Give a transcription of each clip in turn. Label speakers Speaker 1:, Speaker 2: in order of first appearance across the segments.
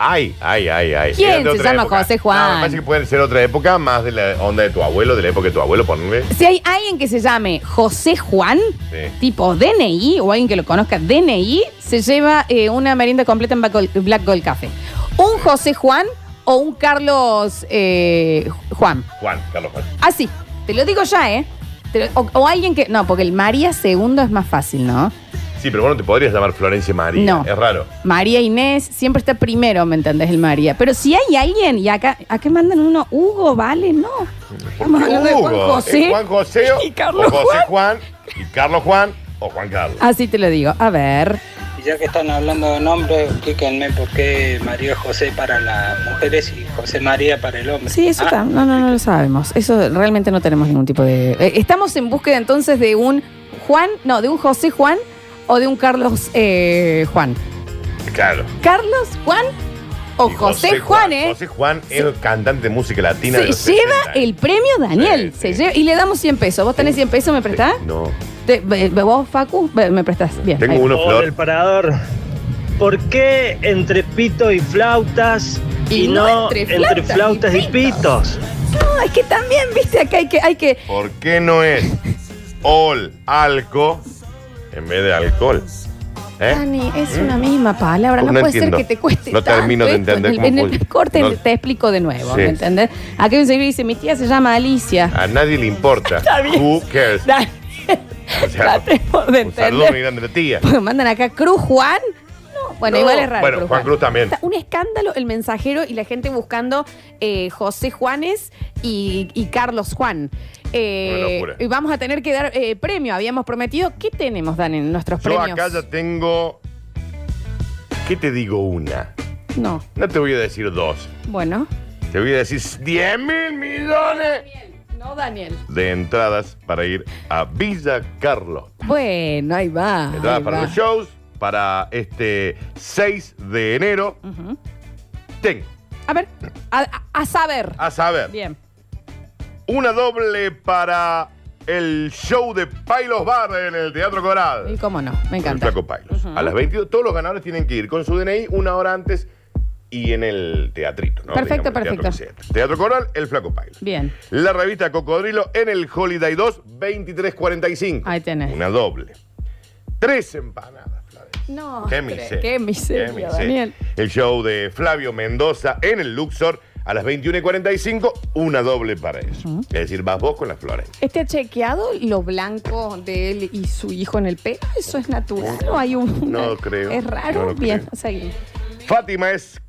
Speaker 1: Ay, ay, ay, ay.
Speaker 2: ¿Quién
Speaker 1: Eran de
Speaker 2: se
Speaker 1: otra
Speaker 2: llama
Speaker 1: época.
Speaker 2: José Juan?
Speaker 1: No, me parece que puede ser otra época, más de la onda de tu abuelo, de la época de tu abuelo, ponle.
Speaker 2: Si hay alguien que se llame José Juan,
Speaker 1: Sí.
Speaker 2: tipo DNI, o alguien que lo conozca DNI, se lleva eh, una merienda completa en Black Gold, Black Gold Café. Un José Juan o un Carlos eh, Juan.
Speaker 1: Juan, Carlos Juan.
Speaker 2: Así, te lo digo ya, ¿eh? Te lo- o, o alguien que... No, porque el María Segundo es más fácil, ¿no?
Speaker 1: Sí, pero vos no te podrías llamar Florencia María.
Speaker 2: No.
Speaker 1: Es raro.
Speaker 2: María Inés siempre está primero, ¿me entendés? El María. Pero si hay alguien, y acá, acá mandan uno, Hugo, vale, no. Estamos hablando de Juan
Speaker 1: Hugo,
Speaker 2: José
Speaker 1: es Juan José o-
Speaker 2: y Carlos
Speaker 1: o José Juan. y Carlos Juan o Juan Carlos.
Speaker 2: Así te lo digo. A ver.
Speaker 3: Y ya que están hablando de nombres, explíquenme por qué María José para las mujeres y José María para el hombre.
Speaker 2: Sí, eso
Speaker 3: Ah,
Speaker 2: tam- no, no, no lo sabemos. Eso realmente no tenemos ningún tipo de. eh, estamos en búsqueda entonces de un Juan, no, de un José Juan o de un Carlos eh, Juan.
Speaker 1: Claro.
Speaker 2: ¿Carlos Juan Ah. o
Speaker 1: Y
Speaker 2: José, Juan, eh?
Speaker 1: José Juan es el cantante de música latina. de los
Speaker 2: se lleva
Speaker 1: 60.
Speaker 2: el premio Daniel.
Speaker 1: Sí,
Speaker 2: se
Speaker 1: sí.
Speaker 2: lleva- y le damos 100 pesos. ¿Vos tenés 100 pesos? ¿Me prestás?
Speaker 1: No.
Speaker 2: Te- ve- ve- ¿Vos, Facu? Ve- ¿Me prestás? Bien.
Speaker 1: Tengo
Speaker 2: ahí.
Speaker 1: uno,
Speaker 4: Hola,
Speaker 1: Flor.
Speaker 4: el parador. ¿Por qué entre pito y flautas
Speaker 2: Y
Speaker 4: y,
Speaker 2: no
Speaker 4: no
Speaker 2: entre
Speaker 4: entre
Speaker 2: flautas
Speaker 4: flautas,
Speaker 2: y
Speaker 4: y pitos?
Speaker 2: No, es que también, viste, acá hay que. Hay que
Speaker 1: ¿Por qué no es all alco en vez de alcohol? ¿Eh?
Speaker 2: Dani, es una misma palabra. No,
Speaker 1: No
Speaker 2: puede
Speaker 1: entiendo.
Speaker 2: ser que te cueste.
Speaker 1: No termino
Speaker 2: tanto
Speaker 1: de
Speaker 2: esto.
Speaker 1: entender
Speaker 2: En el-
Speaker 1: cómo
Speaker 2: En el,
Speaker 1: puede-
Speaker 2: corte
Speaker 1: no.
Speaker 2: te explico de nuevo,
Speaker 1: Sí.
Speaker 2: ¿me entendés? Aquí un señor dice: Mi tía se llama Alicia.
Speaker 1: A nadie le importa.
Speaker 2: Está bien.
Speaker 1: Who cares?
Speaker 2: Dani,
Speaker 1: O sea,
Speaker 2: tratemos de
Speaker 1: un saludo muy
Speaker 2: entender.
Speaker 1: grande a la tía.
Speaker 2: Porque mandan acá Cruz Juan. No, bueno,
Speaker 1: No.
Speaker 2: igual es raro.
Speaker 1: Bueno, Juan Cruz también.
Speaker 2: Está Un escándalo el mensajero y la gente buscando eh, José Juanes y, y Carlos Juan. Eh,
Speaker 1: Una locura.
Speaker 2: y vamos a tener que dar eh, premio. Habíamos prometido. ¿Qué tenemos, Dani, en nuestros
Speaker 1: Yo
Speaker 2: premios?
Speaker 1: acá ya tengo. ¿Qué te digo una?
Speaker 2: No.
Speaker 1: No te voy a decir dos.
Speaker 2: Bueno.
Speaker 1: Te voy a decir 10 mil millones
Speaker 2: No, Daniel.
Speaker 1: de entradas para ir a Villa Carlos.
Speaker 2: Bueno, ahí va.
Speaker 1: Entradas
Speaker 2: ahí
Speaker 1: Eh, para
Speaker 2: va.
Speaker 1: los shows para este 6 de enero.
Speaker 2: Ujú.
Speaker 1: Tengo,
Speaker 2: A ver, a, a- a saber.
Speaker 1: a saber,
Speaker 2: Bien.
Speaker 1: una doble para el show de Pailos Bar en el Teatro Coral.
Speaker 2: Y cómo no, me
Speaker 1: Con el
Speaker 2: encanta.
Speaker 1: Flaco Pailos. A las 22, todos los ganadores tienen que ir con su DNI una hora antes y en el teatrito, ¿no?
Speaker 2: Perfecto,
Speaker 1: Digamos, el
Speaker 2: perfecto.
Speaker 1: Teatro, que sea. Teatro Coral, el Flaco Pailos.
Speaker 2: Bien.
Speaker 1: La revista Cocodrilo en el Holiday 2, 2345.
Speaker 2: Ahí tenés.
Speaker 1: Una doble. Tres empanadas, Flavio.
Speaker 2: No.
Speaker 1: Qué
Speaker 2: cre-
Speaker 1: miseria.
Speaker 2: Qué miseria,
Speaker 1: Qué miseria.
Speaker 2: Daniel.
Speaker 1: El show de Flavio Mendoza en el Luxor a las 21.45, una doble para eso. Es decir, vas vos con las flores.
Speaker 2: ¿Este ha chequeado lo blanco de él y su hijo en el pelo? ¿Eso es natural? ¿O hay un.?
Speaker 1: No creo.
Speaker 2: ¿Es raro?
Speaker 1: No lo
Speaker 2: Bien,
Speaker 1: creo.
Speaker 2: seguimos.
Speaker 1: Fátima es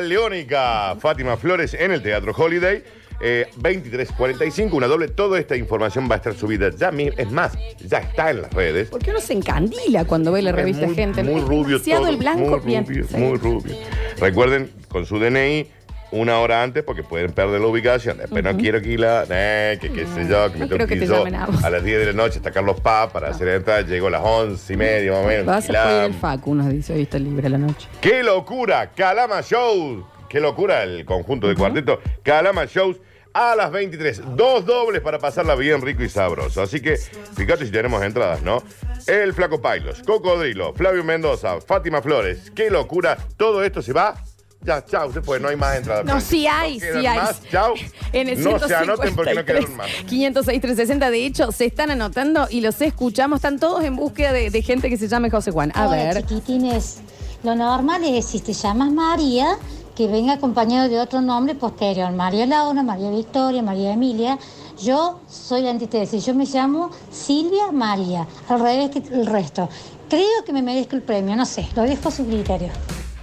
Speaker 1: camaleónica. Fátima Flores en el Teatro Holiday. eh, 23.45, una doble. Toda esta información va a estar subida ya mismo. Es más, ya está en las redes.
Speaker 2: Porque uno se encandila cuando ve la
Speaker 1: Es
Speaker 2: revista
Speaker 1: muy,
Speaker 2: Gente. ¿no?
Speaker 1: Muy
Speaker 2: Es
Speaker 1: rubio
Speaker 2: demasiado
Speaker 1: todo,
Speaker 2: el blanco.
Speaker 1: Muy
Speaker 2: Bien,
Speaker 1: rubio,
Speaker 2: seguimos.
Speaker 1: muy rubio. Recuerden, con su DNI, una hora antes, porque pueden perder la ubicación. Después no quiero que la... eh, que qué sé yo, que me
Speaker 2: No creo
Speaker 1: tengo
Speaker 2: que
Speaker 1: que ir
Speaker 2: te
Speaker 1: yo
Speaker 2: llamen a vos. Ah.
Speaker 1: a las 10 de la noche hasta Carlos Paz para hacer la entrada. Llego a las 11 y media, más o menos.
Speaker 2: Vas a
Speaker 1: Quilá.
Speaker 2: poder el Facu, nos dice hoy está libre a la noche.
Speaker 1: ¡Qué locura! Calama Shows. ¡Qué locura el conjunto de cuarteto! Calama Shows a las 23. Dos dobles para pasarla bien rico y sabroso. Así que fíjate si tenemos entradas, ¿no? El Flaco Pailos, Cocodrilo, Flavio Mendoza, Fátima Flores. ¡Qué locura! Todo esto se va. Ya, chao, se fue, no hay más entradas.
Speaker 2: No, sí hay,
Speaker 1: quedan
Speaker 2: sí hay.
Speaker 1: más, chao.
Speaker 2: En el
Speaker 1: no se anoten porque no
Speaker 2: 153,
Speaker 1: quedaron más.
Speaker 2: 506 360, de hecho, se están anotando y los escuchamos. Están todos en búsqueda de, de gente que se llame José Juan. A
Speaker 5: Hola,
Speaker 2: ver.
Speaker 5: chiquitines. Lo normal es, si te llamas María, que venga acompañado de otro nombre posterior. María Laura, María Victoria, María Emilia. Yo soy la antítesis. Yo me llamo Silvia María. Al revés que el resto. Creo que me merezco el premio. No sé. Lo dejo a su criterio.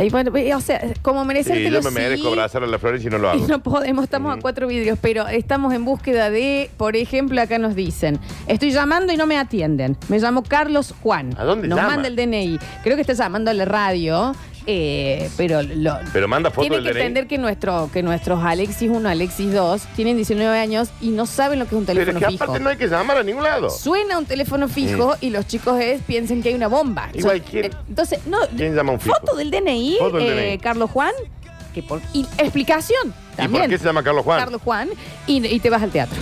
Speaker 2: Y bueno, eh, o sea, como merecerte
Speaker 1: Sí, yo me merezco abrazar a la Flores y no lo hago.
Speaker 2: Y no podemos, estamos a cuatro vidrios, pero estamos en búsqueda de, por ejemplo, acá nos dicen, estoy llamando y no me atienden. Me llamo Carlos Juan.
Speaker 1: ¿A dónde
Speaker 2: Nos
Speaker 1: llama?
Speaker 2: manda el DNI. Creo que está llamando a la radio, eh, pero lo,
Speaker 1: Pero manda foto
Speaker 2: Tienen
Speaker 1: del
Speaker 2: que
Speaker 1: DNI.
Speaker 2: entender que, nuestro, que nuestros Alexis 1, Alexis 2 tienen 19 años y no saben lo que es un
Speaker 1: Pero es
Speaker 2: teléfono
Speaker 1: que
Speaker 2: fijo.
Speaker 1: aparte no hay que llamar a ningún lado.
Speaker 2: Suena un teléfono fijo y los chicos es, piensan que hay una bomba.
Speaker 1: Igual,
Speaker 2: Entonces,
Speaker 1: ¿quién-
Speaker 2: eh, Entonces, no,
Speaker 1: quién llama a un fijo?
Speaker 2: Foto del DNI,
Speaker 1: Foto del
Speaker 2: eh,
Speaker 1: DNI.
Speaker 2: Carlos Juan, que por, y explicación
Speaker 1: ¿Y
Speaker 2: también.
Speaker 1: por qué se llama Carlos Juan?
Speaker 2: Carlos Juan y, y te vas al teatro.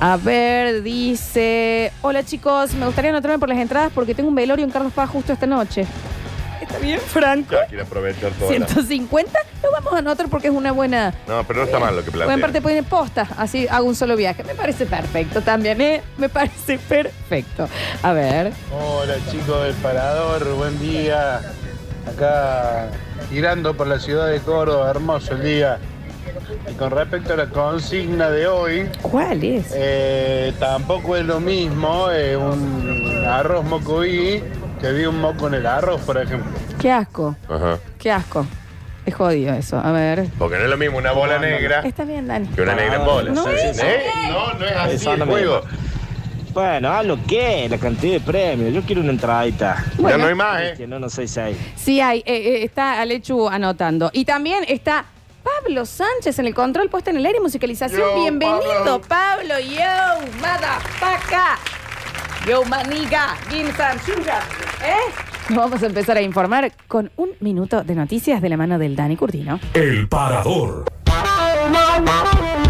Speaker 2: A ver, dice, hola chicos, me gustaría anotarme por las entradas porque tengo un velorio en Carlos Paz justo esta noche. está bien, Franco.
Speaker 1: Ya quiere aprovechar todo.
Speaker 2: 150, lo vamos a anotar porque es una buena.
Speaker 1: No, pero no está mal lo que
Speaker 2: Bueno, en
Speaker 1: plantea.
Speaker 2: parte pueden posta, así hago un solo viaje. Me parece perfecto también, ¿eh? Me parece perfecto. A ver.
Speaker 6: Hola chicos del Parador, buen día. Acá girando por la ciudad de Córdoba, hermoso el día. Y con respecto a la consigna de hoy,
Speaker 2: ¿Cuál es?
Speaker 6: eh, tampoco es lo mismo eh, un arroz mocoví que vi un moco en el arroz, por ejemplo.
Speaker 2: Qué asco,
Speaker 1: Ajá.
Speaker 2: qué asco. Es jodido eso. A ver.
Speaker 1: Porque no es lo mismo una bola negra
Speaker 2: Está bien, Dani.
Speaker 1: que una negra en bola.
Speaker 2: No
Speaker 1: ¿Eh?
Speaker 2: es así.
Speaker 1: No, no es así
Speaker 4: Eso
Speaker 1: el
Speaker 4: no me
Speaker 1: juego.
Speaker 4: Bueno, a lo que, la cantidad de premios. Yo quiero una entradita.
Speaker 1: Ya
Speaker 2: Bueno.
Speaker 1: no hay más, ¿eh?
Speaker 4: Que no, no soy seis.
Speaker 2: Sí, hay. eh, eh, está Alechu anotando. Y también está Pablo Sánchez en el control, puesta en el aire y musicalización.
Speaker 1: Yo,
Speaker 2: Bienvenido,
Speaker 1: Pablo.
Speaker 2: Pablo. Yo, madapaca. Yo, maniga. Ginsan, shunga. ¿Eh? Nos vamos a empezar a informar con un minuto de noticias de la mano del Dani Curtino.
Speaker 7: El Parador.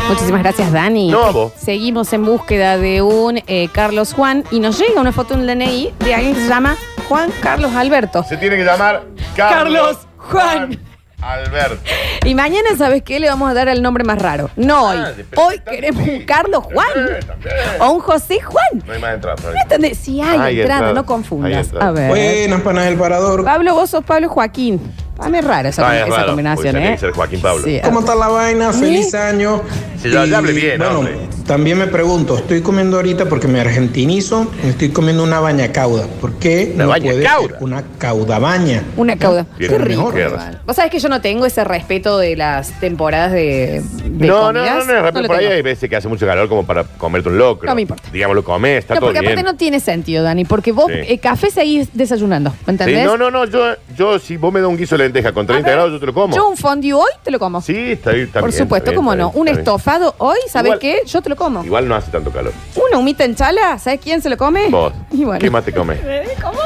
Speaker 2: Muchísimas gracias, Dani.
Speaker 1: No, a vos.
Speaker 2: Seguimos en búsqueda de un eh, Carlos Juan y nos llega una foto en el DNI de alguien que se llama Juan Carlos Alberto.
Speaker 1: Se tiene que llamar
Speaker 2: Carlos
Speaker 1: Carlos,
Speaker 2: Juan.
Speaker 1: Alberto.
Speaker 2: Y mañana, ¿sabes qué? Le vamos a dar el nombre más raro. No hoy.
Speaker 1: Ah, de-
Speaker 2: Hoy queremos un Carlos Juan.
Speaker 1: Sí, también.
Speaker 2: O un José Juan.
Speaker 1: No hay más entrada.
Speaker 2: ¿Me entendés? Si hay,
Speaker 1: Hay
Speaker 2: entrada,
Speaker 1: entrada.
Speaker 2: no
Speaker 1: Hay
Speaker 2: confundas.
Speaker 1: entrada.
Speaker 2: A ver.
Speaker 8: Buenas, panas del parador.
Speaker 2: Pablo, vos sos Pablo Joaquín. A mí es rara esa,
Speaker 1: No, Ah, es
Speaker 2: esa
Speaker 1: raro, porque
Speaker 2: combinación,
Speaker 1: tiene
Speaker 2: ¿eh?
Speaker 1: que ser Joaquín Pablo.
Speaker 2: Sí. ah,
Speaker 8: ¿Cómo está la vaina?
Speaker 2: ¿Sí?
Speaker 8: Feliz año.
Speaker 1: Sí, ya- ya hable bien,
Speaker 8: bueno,
Speaker 1: hable.
Speaker 8: también me pregunto, estoy comiendo ahorita porque me argentinizo, me estoy comiendo una baña cauda. ¿Por qué
Speaker 1: Una
Speaker 8: no
Speaker 1: baña
Speaker 8: puede
Speaker 1: cauda.
Speaker 8: ser una cauda baña?
Speaker 2: Una cauda.
Speaker 1: Bien,
Speaker 2: Qué rico.
Speaker 1: mejor.
Speaker 2: igual. Vos sabés que yo no tengo ese respeto de las temporadas de, de
Speaker 1: No, no, no, no,
Speaker 2: comidas.
Speaker 1: no, rápido,
Speaker 2: lo
Speaker 1: por ahí
Speaker 2: tengo.
Speaker 1: hay veces que hace mucho calor como para comerte un locro.
Speaker 2: No me importa.
Speaker 1: Digamos, lo comes, está
Speaker 2: No,
Speaker 1: todo
Speaker 2: porque
Speaker 1: bien.
Speaker 2: aparte no tiene sentido, Dani, porque vos
Speaker 1: Sí.
Speaker 2: eh, café seguís desayunando, ¿me
Speaker 1: Sí,
Speaker 2: entendés?
Speaker 1: no, no, no, yo, yo si vos me das un guiso de lenteja con 30
Speaker 2: A ver,
Speaker 1: grados, yo te lo como.
Speaker 2: Yo un fondue hoy te lo como.
Speaker 1: Sí, está bien. está
Speaker 2: Por
Speaker 1: bien, está
Speaker 2: supuesto,
Speaker 1: bien,
Speaker 2: cómo
Speaker 1: está
Speaker 2: no.
Speaker 1: bien,
Speaker 2: Un
Speaker 1: está bien.
Speaker 2: estofado hoy, ¿sabes
Speaker 1: Igual-
Speaker 2: qué? Yo te lo como.
Speaker 1: Igual no hace tanto calor.
Speaker 2: Una humita en chala, ¿sabes quién se lo come?
Speaker 1: Vos.
Speaker 2: Y bueno.
Speaker 1: ¿Qué más te comes?
Speaker 2: ¿Eh? ¿Cómo?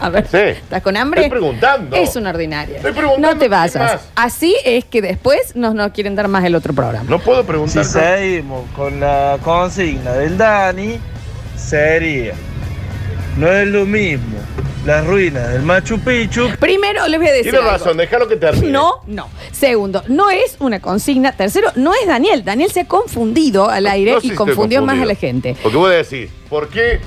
Speaker 2: A ver.
Speaker 1: Sí.
Speaker 2: ¿Estás con hambre?
Speaker 1: Estoy preguntando.
Speaker 2: Es una ordinaria.
Speaker 1: Estoy preguntando
Speaker 2: No te
Speaker 1: qué
Speaker 2: vayas.
Speaker 1: más.
Speaker 2: Así es que después nos, nos quieren dar más el otro programa.
Speaker 1: No puedo preguntar.
Speaker 4: Si seguimos con la consigna del Dani, sería. No es lo mismo las ruinas del Machu Picchu.
Speaker 2: Primero les voy a decir.
Speaker 1: Tienes
Speaker 2: algo.
Speaker 1: razón, déjalo que termine.
Speaker 2: No, no. Segundo, no es una consigna. Tercero, no es Daniel. Daniel se ha confundido al aire
Speaker 1: No sé
Speaker 2: y
Speaker 1: si estoy
Speaker 2: confundió más a
Speaker 1: confundido.
Speaker 2: la gente.
Speaker 1: Porque vos decís, ¿por qué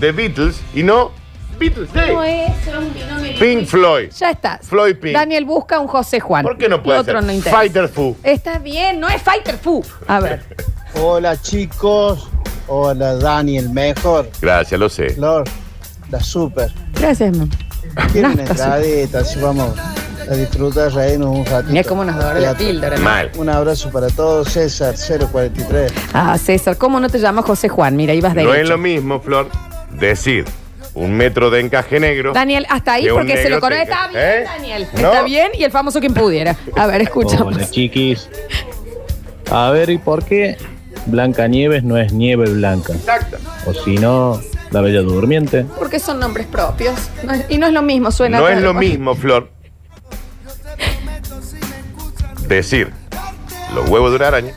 Speaker 1: The Beatles y no Beatles Day?
Speaker 2: No es un binomio.
Speaker 1: Pink Floyd.
Speaker 2: Ya está.
Speaker 1: Floyd Pink.
Speaker 2: Daniel busca un José Juan.
Speaker 1: ¿Por qué no puede
Speaker 2: Y otro
Speaker 1: ser
Speaker 2: no interesa.
Speaker 1: Fighter Fu?
Speaker 2: Está bien, no es Fighter Fu. A ver.
Speaker 6: Hola chicos, hola Dani, el mejor,
Speaker 1: Gracias, lo sé.
Speaker 6: Flor, la super.
Speaker 2: Gracias, mam.
Speaker 6: Tiene una
Speaker 2: Nafta, sí.
Speaker 6: entradita, así vamos a disfrutar, reírnos un ratito.
Speaker 2: Mira cómo nos adora la
Speaker 6: Teatro.
Speaker 2: píldora. ¿no?
Speaker 1: Mal.
Speaker 6: Un abrazo para todos, César 043.
Speaker 2: Ah, César, ¿cómo no te llamas José Juan? Mira, ibas de
Speaker 1: No es lo mismo, Flor, decir un metro de encaje negro.
Speaker 2: Daniel, hasta ahí
Speaker 1: Que un
Speaker 2: porque se
Speaker 1: negro
Speaker 2: lo conoce.
Speaker 1: te-
Speaker 2: Está bien,
Speaker 1: ¿Eh?
Speaker 2: Daniel.
Speaker 1: No.
Speaker 2: Está bien y el famoso quien pudiera. A ver, escuchamos.
Speaker 9: Hola chiquis. A ver, ¿y por qué Blanca Nieves no es nieve blanca?
Speaker 1: Exacto.
Speaker 9: O si no, la Bella Durmiente.
Speaker 2: Porque son nombres propios. No es- y no es lo mismo, suena.
Speaker 1: No
Speaker 2: raro.
Speaker 1: es lo mismo, Flor, decir los huevos de una araña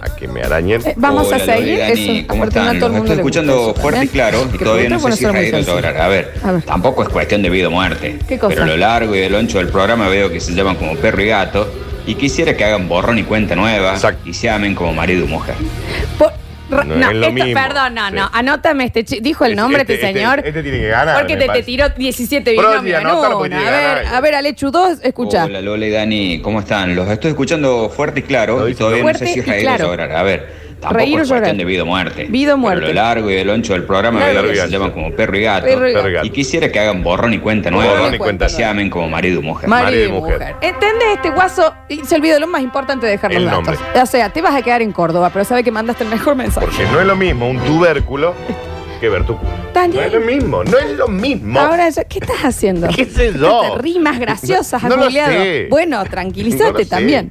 Speaker 1: a que me arañen.
Speaker 2: Eh, Vamos a
Speaker 10: Hola,
Speaker 2: seguir.
Speaker 10: Lorena y
Speaker 2: Eso,
Speaker 10: ¿Cómo
Speaker 2: aparte, no a
Speaker 10: están?
Speaker 2: todo el
Speaker 10: Los
Speaker 2: mundo
Speaker 10: estoy
Speaker 2: le gusta
Speaker 10: escuchando
Speaker 2: eso,
Speaker 10: fuerte y
Speaker 2: ¿ven?
Speaker 10: claro.
Speaker 2: Es
Speaker 10: Y
Speaker 2: que
Speaker 10: todavía no sé
Speaker 2: pregunta,
Speaker 10: si
Speaker 2: bueno,
Speaker 10: reír o
Speaker 2: son muy
Speaker 10: llorar. A ver,
Speaker 2: A ver.
Speaker 10: tampoco es cuestión de vida o muerte.
Speaker 2: ¿Qué cosa?
Speaker 10: Pero lo largo y lo ancho del programa veo que se llaman como perro y gato. Y quisiera que hagan borrón y cuenta nueva.
Speaker 1: Exacto.
Speaker 10: Y se amen como marido y mujer.
Speaker 2: Por- ra-
Speaker 1: No
Speaker 2: no,
Speaker 1: es lo
Speaker 2: esto-
Speaker 1: mismo.
Speaker 2: perdón, no,
Speaker 1: Sí.
Speaker 2: no. Anótame este chi- Dijo el
Speaker 1: Este-
Speaker 2: nombre
Speaker 1: este-
Speaker 2: este,
Speaker 1: este-
Speaker 2: señor.
Speaker 1: este tiene que ganar,
Speaker 2: Porque
Speaker 1: me
Speaker 2: te, te
Speaker 1: parece.
Speaker 2: tiró 17
Speaker 1: Prodi,
Speaker 2: binomios. en
Speaker 1: anótalo,
Speaker 2: uno.
Speaker 1: porque tiene
Speaker 2: a
Speaker 1: que
Speaker 2: ver,
Speaker 1: ganar.
Speaker 2: a ver, Alechu 2, escucha.
Speaker 10: Hola Lola y Dani, ¿cómo están? Los estoy escuchando fuerte y claro.
Speaker 1: Lo
Speaker 10: Y
Speaker 1: dice
Speaker 10: todavía no sé
Speaker 2: fuerte
Speaker 10: si
Speaker 2: y
Speaker 10: reír
Speaker 2: claro.
Speaker 10: o llorar. A ver. Tampoco
Speaker 2: Reír o
Speaker 10: es cuestión
Speaker 2: llorar.
Speaker 10: de vida o muerte.
Speaker 2: Vida o muerte.
Speaker 10: Pero lo largo y lo ancho del programa
Speaker 2: Claro
Speaker 10: veo
Speaker 1: que
Speaker 10: que se
Speaker 1: sí.
Speaker 10: llaman como perro y gato.
Speaker 2: Perro y gato.
Speaker 1: Perro y gato.
Speaker 10: Y quisiera que hagan borrón y cuenta nueva.
Speaker 1: Borrón y cuenta
Speaker 10: se
Speaker 2: nueva.
Speaker 10: amen como marido y mujer.
Speaker 2: Marido
Speaker 1: Marido
Speaker 2: y
Speaker 1: y
Speaker 2: mujer.
Speaker 1: mujer.
Speaker 2: ¿Entendés este guaso? Y se olvidó lo más importante de dejar
Speaker 1: El
Speaker 2: los datos.
Speaker 1: nombre.
Speaker 2: O sea, te vas a quedar en Córdoba, pero sabe que mandaste el mejor mensaje.
Speaker 1: Porque no es lo mismo un tubérculo que ver tu culo.
Speaker 2: Daniel.
Speaker 1: No es lo mismo, no es lo mismo.
Speaker 2: Ahora, ya- ¿qué estás haciendo?
Speaker 1: ¿Qué sé yo?
Speaker 2: Estas rimas graciosas,
Speaker 1: No- no lo
Speaker 2: Juliado.
Speaker 1: sé.
Speaker 2: Bueno,
Speaker 1: No
Speaker 2: tranquilízate
Speaker 1: lo sé.
Speaker 2: también.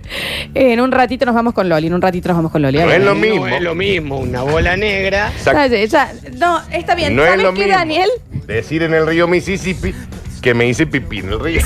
Speaker 2: Eh, en un ratito nos vamos con Loli, en un ratito nos vamos con Loli. A
Speaker 1: No
Speaker 2: ver.
Speaker 1: es lo mismo.
Speaker 6: mismo una bola negra.
Speaker 1: Exacto.
Speaker 2: Dale, ya. No, está bien.
Speaker 1: No es
Speaker 2: ¿Sabes
Speaker 1: lo
Speaker 2: qué,
Speaker 1: mismo
Speaker 2: Daniel?
Speaker 1: decir en el río Mississippi que me hice pipí en el río.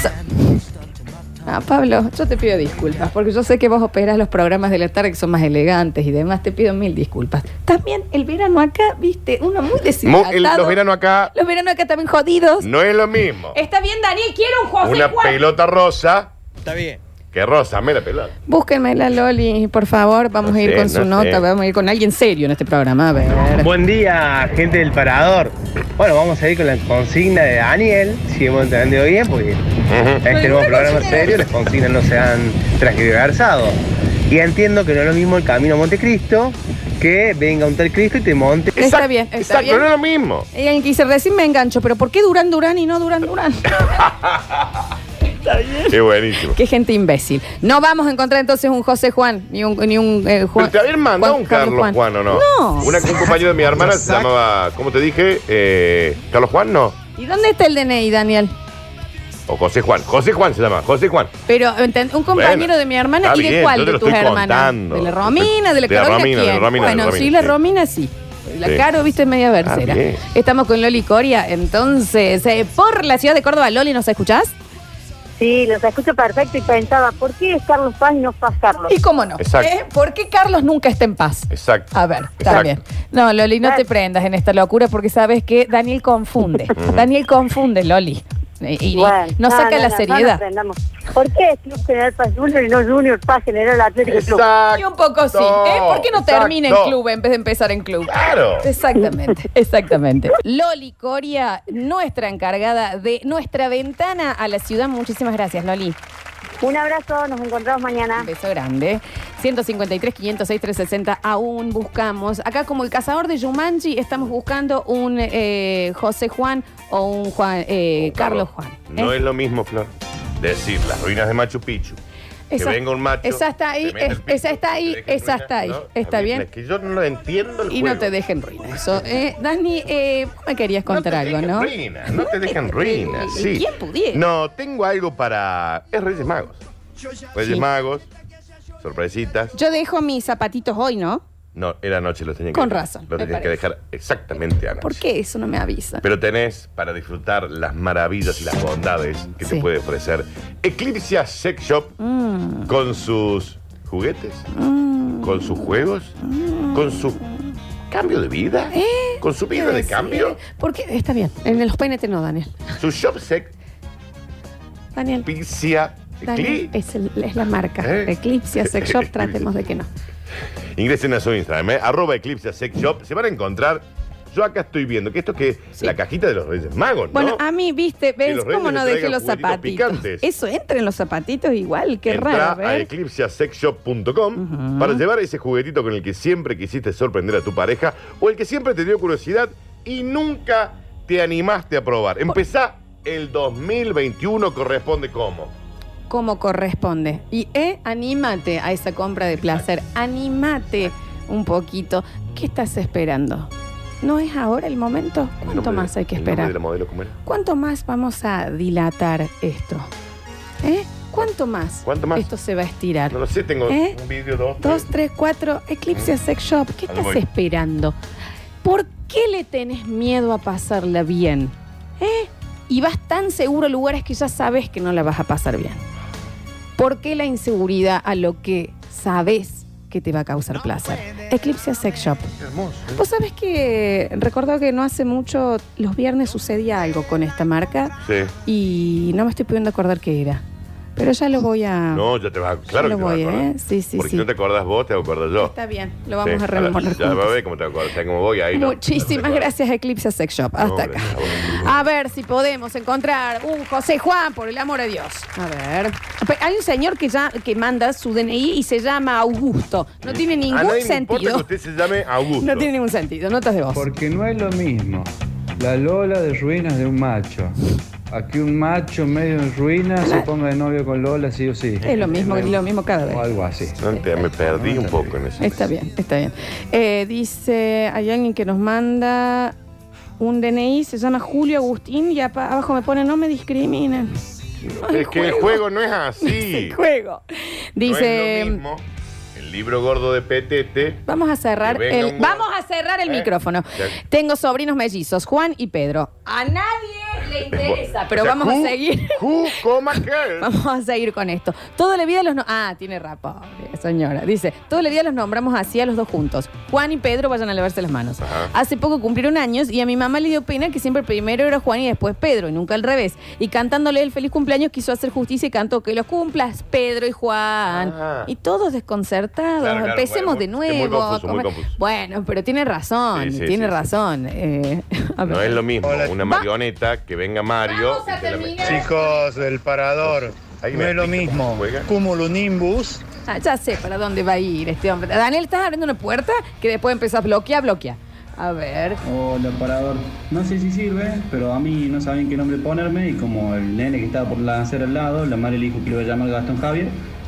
Speaker 2: A Ah, Pablo, yo te pido disculpas, porque yo sé que vos operás los programas de la tarde que son más elegantes y demás, te pido mil disculpas. También el verano acá, viste, uno muy
Speaker 1: Mu-
Speaker 2: deshidratado.
Speaker 1: el- los veranos acá
Speaker 2: Los veranos acá también jodidos.
Speaker 1: no es lo mismo.
Speaker 2: Está bien, Daniel, quiero un José
Speaker 1: Una
Speaker 2: Juan.
Speaker 1: pelota rosa.
Speaker 4: Está bien.
Speaker 1: Que rosa, me la pelota.
Speaker 2: Búsquenme la Loli, por favor. Vamos
Speaker 1: No
Speaker 2: a ir
Speaker 1: sé,
Speaker 2: con su
Speaker 1: no sé.
Speaker 2: nota, vamos a ir con alguien serio en este programa. A ver.
Speaker 4: Buen día, gente del parador. Bueno, vamos a ir con la consigna de Daniel, si hemos entendido bien, porque
Speaker 1: Ujú.
Speaker 4: este nuevo programa es serio, las consignas no se han transversado. Y entiendo que no es lo mismo el camino a Montecristo que venga un tal Cristo y te monte.
Speaker 2: Está bien, está
Speaker 1: Exacto,
Speaker 2: bien.
Speaker 1: no es lo mismo.
Speaker 2: Y alguien que dice, recién me engancho, pero ¿por qué Durán Durán y no Durán Durán?
Speaker 1: Es buenísimo.
Speaker 2: Qué gente imbécil. No vamos a encontrar entonces un José Juan, ni un, ni un eh, Juan.
Speaker 1: Pero te habían mandado
Speaker 2: Juan-
Speaker 1: un Carlos Juan. ¿o no?
Speaker 2: No.
Speaker 1: Una, un compañero de mi hermana se llamaba, ¿cómo te dije? Eh, ¿Carlos Juan? No.
Speaker 2: ¿Y dónde está el DNI, Daniel?
Speaker 1: O José Juan. José Juan se llama. José Juan.
Speaker 2: Pero enten- un compañero
Speaker 1: Bueno,
Speaker 2: de mi hermana
Speaker 1: está
Speaker 2: y de
Speaker 1: bien,
Speaker 2: cuál
Speaker 1: yo te
Speaker 2: de
Speaker 1: lo
Speaker 2: tus
Speaker 1: estoy
Speaker 2: hermanas.
Speaker 1: contando.
Speaker 2: De la Romina, de la
Speaker 1: De la
Speaker 2: Carola,
Speaker 1: Romina, de la
Speaker 2: ¿quién?
Speaker 1: Romina, de la
Speaker 2: bueno, sí,
Speaker 1: Romina,
Speaker 2: la
Speaker 1: sí.
Speaker 2: Romina sí. La
Speaker 1: Sí. Ah,
Speaker 2: Caro, viste, es media versera.
Speaker 1: bien.
Speaker 2: Estamos con Loli Coria, entonces, eh, por la ciudad de Córdoba, Loli, ¿nos escuchás?
Speaker 7: Sí, los escucho perfecto y pensaba, ¿por qué es Carlos Paz y no Paz Carlos?
Speaker 2: ¿Y cómo no?
Speaker 1: Exacto.
Speaker 2: ¿Eh? ¿Por qué Carlos nunca está en paz?
Speaker 1: Exacto.
Speaker 2: A ver, está
Speaker 1: Exacto.
Speaker 2: bien. No, Loli, no te prendas en esta locura porque sabes que Daniel confunde. Daniel confunde, Loli. Y, y
Speaker 7: Bueno,
Speaker 2: no saca
Speaker 7: no,
Speaker 2: la
Speaker 7: no
Speaker 2: seriedad.
Speaker 7: aprendamos. ¿Por qué es Club General Paz Junior y no Junior Paz General Atlético Club?
Speaker 1: Exacto.
Speaker 2: Y un poco sí. ¿eh? ¿Por qué no termina en
Speaker 1: Exacto.
Speaker 2: club en vez de empezar en club?
Speaker 1: Claro.
Speaker 2: Exactamente, exactamente. Loli Coria, nuestra encargada de nuestra ventana a la ciudad. Muchísimas gracias, Loli.
Speaker 7: Un abrazo, nos encontramos mañana.
Speaker 2: Un beso grande. 153, 506, 360. Aún buscamos. Acá, como el cazador de Jumanji, estamos buscando un eh, José Juan o un Juan, eh, Carlos Juan.
Speaker 1: No
Speaker 2: ¿eh?
Speaker 1: es lo mismo, Flor. Decir las ruinas de Machu Picchu.
Speaker 2: Esa-
Speaker 1: que venga un macho.
Speaker 2: esa está ahí,
Speaker 1: te mete el
Speaker 2: es-
Speaker 1: pico,
Speaker 2: esa está
Speaker 1: te
Speaker 2: ahí,
Speaker 1: deja en
Speaker 2: esa
Speaker 1: ruinas,
Speaker 2: está ahí.
Speaker 1: ¿no?
Speaker 2: ¿Está bien?
Speaker 1: Es que yo no lo entiendo el
Speaker 2: Y
Speaker 1: juego.
Speaker 2: no te dejen ruina. Eso, eh, Dani, eh, vos me querías contar algo, ¿no?
Speaker 1: te dejen ruina, no te dejen ruina,
Speaker 2: ¿Y
Speaker 1: sí.
Speaker 2: quién pudiera?
Speaker 1: No, tengo algo para... Es Reyes Magos. Reyes
Speaker 2: Sí.
Speaker 1: Magos, sorpresitas.
Speaker 2: Yo dejo mis zapatitos hoy, ¿no?
Speaker 1: No, era noche, los tenía que
Speaker 2: Con
Speaker 1: dejar.
Speaker 2: razón, me
Speaker 1: Los tenía que
Speaker 2: parece.
Speaker 1: dejar exactamente anoche.
Speaker 2: ¿Por qué eso no me avisa?
Speaker 1: Pero tenés para disfrutar las maravillas y las bondades que
Speaker 2: Sí.
Speaker 1: te puede ofrecer Eclipse Sex Shop
Speaker 2: Mm.
Speaker 1: con sus juguetes, con sus juegos,
Speaker 2: Mm.
Speaker 1: con su cambio de vida,
Speaker 2: ¿Eh?
Speaker 1: con su vida de
Speaker 2: Sí.
Speaker 1: cambio,
Speaker 2: ¿Por qué? Está bien. En los PNT no, Daniel.
Speaker 1: su Shop Sex
Speaker 2: Daniel.
Speaker 1: Eclipse.
Speaker 2: Daniel es, el- es la marca.
Speaker 1: ¿Eh?
Speaker 2: Eclipse Sex Shop, tratemos de que no.
Speaker 1: Ingresen a su Instagram, ¿eh? arroba Eclipse Sex Shop, se van a encontrar. Yo acá estoy viendo que esto que es
Speaker 2: Sí.
Speaker 1: la cajita de los Reyes Magos, ¿no?
Speaker 2: Bueno, a mí, viste,
Speaker 1: Que
Speaker 2: ves
Speaker 1: los
Speaker 2: cómo
Speaker 1: reyes
Speaker 2: no
Speaker 1: le
Speaker 2: dejé
Speaker 1: traigan
Speaker 2: los
Speaker 1: juguetitos
Speaker 2: zapatitos.
Speaker 1: picantes.
Speaker 2: Eso entra en los zapatitos igual, qué
Speaker 1: Entra
Speaker 2: raro.
Speaker 1: a
Speaker 2: ¿ver?
Speaker 1: eclipseasexshop.com para llevar ese juguetito con el que siempre quisiste sorprender a tu pareja o el que siempre te dio curiosidad y nunca te animaste a probar. Empezá el 2021, corresponde como.
Speaker 2: Como corresponde. Y eh, anímate a esa compra de placer. Anímate un poquito. ¿Qué estás esperando? ¿No es ahora el momento?
Speaker 1: El
Speaker 2: ¿Cuánto
Speaker 1: nombre
Speaker 2: más
Speaker 1: de-
Speaker 2: hay que
Speaker 1: el nombre
Speaker 2: esperar?
Speaker 1: de la modelo, ¿cómo era?
Speaker 2: ¿Cuánto más vamos a dilatar esto? ¿Eh? ¿Cuánto más?
Speaker 1: ¿Cuánto más?
Speaker 2: Esto se va a estirar.
Speaker 1: No lo sé, tengo
Speaker 2: ¿Eh?
Speaker 1: un vídeo, dos.
Speaker 2: Dos,
Speaker 1: tres.
Speaker 2: tres, cuatro, Eclipse Sex Shop. ¿Qué
Speaker 1: Ahí
Speaker 2: estás
Speaker 1: voy.
Speaker 2: esperando? ¿Por qué le tenés miedo a pasarla bien? ¿Eh? Y vas tan seguro a lugares que ya sabes que no la vas a pasar bien. ¿Por qué la inseguridad a lo que sabes que te va a causar placer? Eclipse Sex Shop.
Speaker 1: Hermoso. ¿eh?
Speaker 2: Vos sabés que recuerdo que no hace mucho, los viernes sucedía algo con esta marca
Speaker 1: Sí.
Speaker 2: y no me estoy pudiendo acordar qué era. Pero ya lo voy a.
Speaker 1: No, ya te vas.
Speaker 2: Ah. ya
Speaker 1: Claro
Speaker 2: lo
Speaker 1: que te vas a
Speaker 2: voy,
Speaker 1: acordar.
Speaker 2: ¿eh? Sí, sí,
Speaker 1: Porque si
Speaker 2: sí.
Speaker 1: no te acordás vos, te acordás yo.
Speaker 2: Está bien, lo vamos
Speaker 1: Sí,
Speaker 2: a rememorar.
Speaker 1: Ya va a
Speaker 2: juntos.
Speaker 1: ver cómo te acordás, cómo voy ahí. no.
Speaker 2: Muchísimas gracias, Eclipse Sex Shop.
Speaker 1: No,
Speaker 2: Hasta
Speaker 1: hombre,
Speaker 2: acá. Ah,
Speaker 1: ya, bueno.
Speaker 2: A ver si podemos encontrar un José Juan, por el amor de Dios. A ver. Pe- Hay un señor que ya que manda su DNI y se llama Augusto. No tiene
Speaker 1: A nadie le Ah,
Speaker 2: ningún
Speaker 1: importa que
Speaker 2: sentido.
Speaker 1: usted se llame Augusto.
Speaker 2: No tiene ningún sentido. Notas de voz.
Speaker 4: Porque no es lo mismo la Lola de ruinas de un macho. A que un macho medio en ruinas se ponga de novio con Lola, sí o sí.
Speaker 2: Ah. Es lo mismo, es lo mismo cada vez.
Speaker 4: O algo así.
Speaker 1: No entiendo, me perdí un poco en eso.
Speaker 2: Está bien, está bien. Eh, dice, hay alguien que nos manda un DNI, se llama Julio Agustín y apa- abajo me pone, no me discriminen.
Speaker 1: Es que el juego no es así.
Speaker 2: El juego. Dice,
Speaker 1: No es lo mismo el libro gordo de Petete.
Speaker 2: Vamos a cerrar
Speaker 1: Que venga
Speaker 2: el.
Speaker 1: un-
Speaker 2: Vamos a cerrar el
Speaker 1: Eh,
Speaker 2: micrófono.
Speaker 1: ya.
Speaker 2: Tengo sobrinos mellizos, Juan y Pedro. A nadie le interesa,
Speaker 1: O
Speaker 2: pero
Speaker 1: sea,
Speaker 2: vamos a
Speaker 1: who-
Speaker 2: seguir.
Speaker 1: who coma girl.
Speaker 2: Vamos a seguir con esto. Toda la vida los no- Ah, tiene rapa, señora. Dice, toda la vida los nombramos así a los dos juntos. Juan y Pedro vayan a lavarse las manos. Hace poco cumplieron años y a mi mamá le dio pena que siempre primero era Juan y después Pedro, y nunca al revés. Y cantándole el feliz cumpleaños quiso hacer justicia y cantó que los cumplas, Pedro y Juan.
Speaker 1: Ah.
Speaker 2: Y todos desconcertados.
Speaker 1: Claro, claro,
Speaker 2: Empecemos
Speaker 1: bueno,
Speaker 2: de
Speaker 1: muy- es
Speaker 2: nuevo.
Speaker 1: muy confuso, muy
Speaker 2: Come-
Speaker 1: confuso.
Speaker 2: Bueno, pero tiene razón,
Speaker 1: Sí, sí,
Speaker 2: tiene
Speaker 1: sí, sí.
Speaker 2: razón. Eh, a ver.
Speaker 1: No es lo mismo una marioneta que venga Mario.
Speaker 2: Vamos a
Speaker 1: y te la me-
Speaker 2: terminar.
Speaker 4: Chicos del parador,
Speaker 1: Ahí
Speaker 4: no
Speaker 1: me
Speaker 4: es lo
Speaker 1: explica
Speaker 4: mismo.
Speaker 1: cómo juega.
Speaker 4: Cumulonimbus
Speaker 2: Ah, ya sé para dónde va a ir este hombre. Daniel, estás abriendo una puerta que después empezás a bloquear, bloquear. A ver.
Speaker 11: Hola, parador. No sé si sirve, pero a mí no saben qué nombre ponerme y como el nene que estaba por nacer al lado, la madre le dijo que lo iba a llamar Gastón Javier.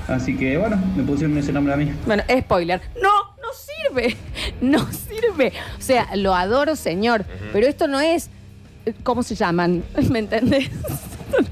Speaker 11: Así que bueno, me pusieron ese nombre a mí.
Speaker 2: Bueno, spoiler. No, no sirve. No sirve. O sea, lo adoro, señor. Pero esto no es. ¿Cómo se llaman? ¿Me entendés?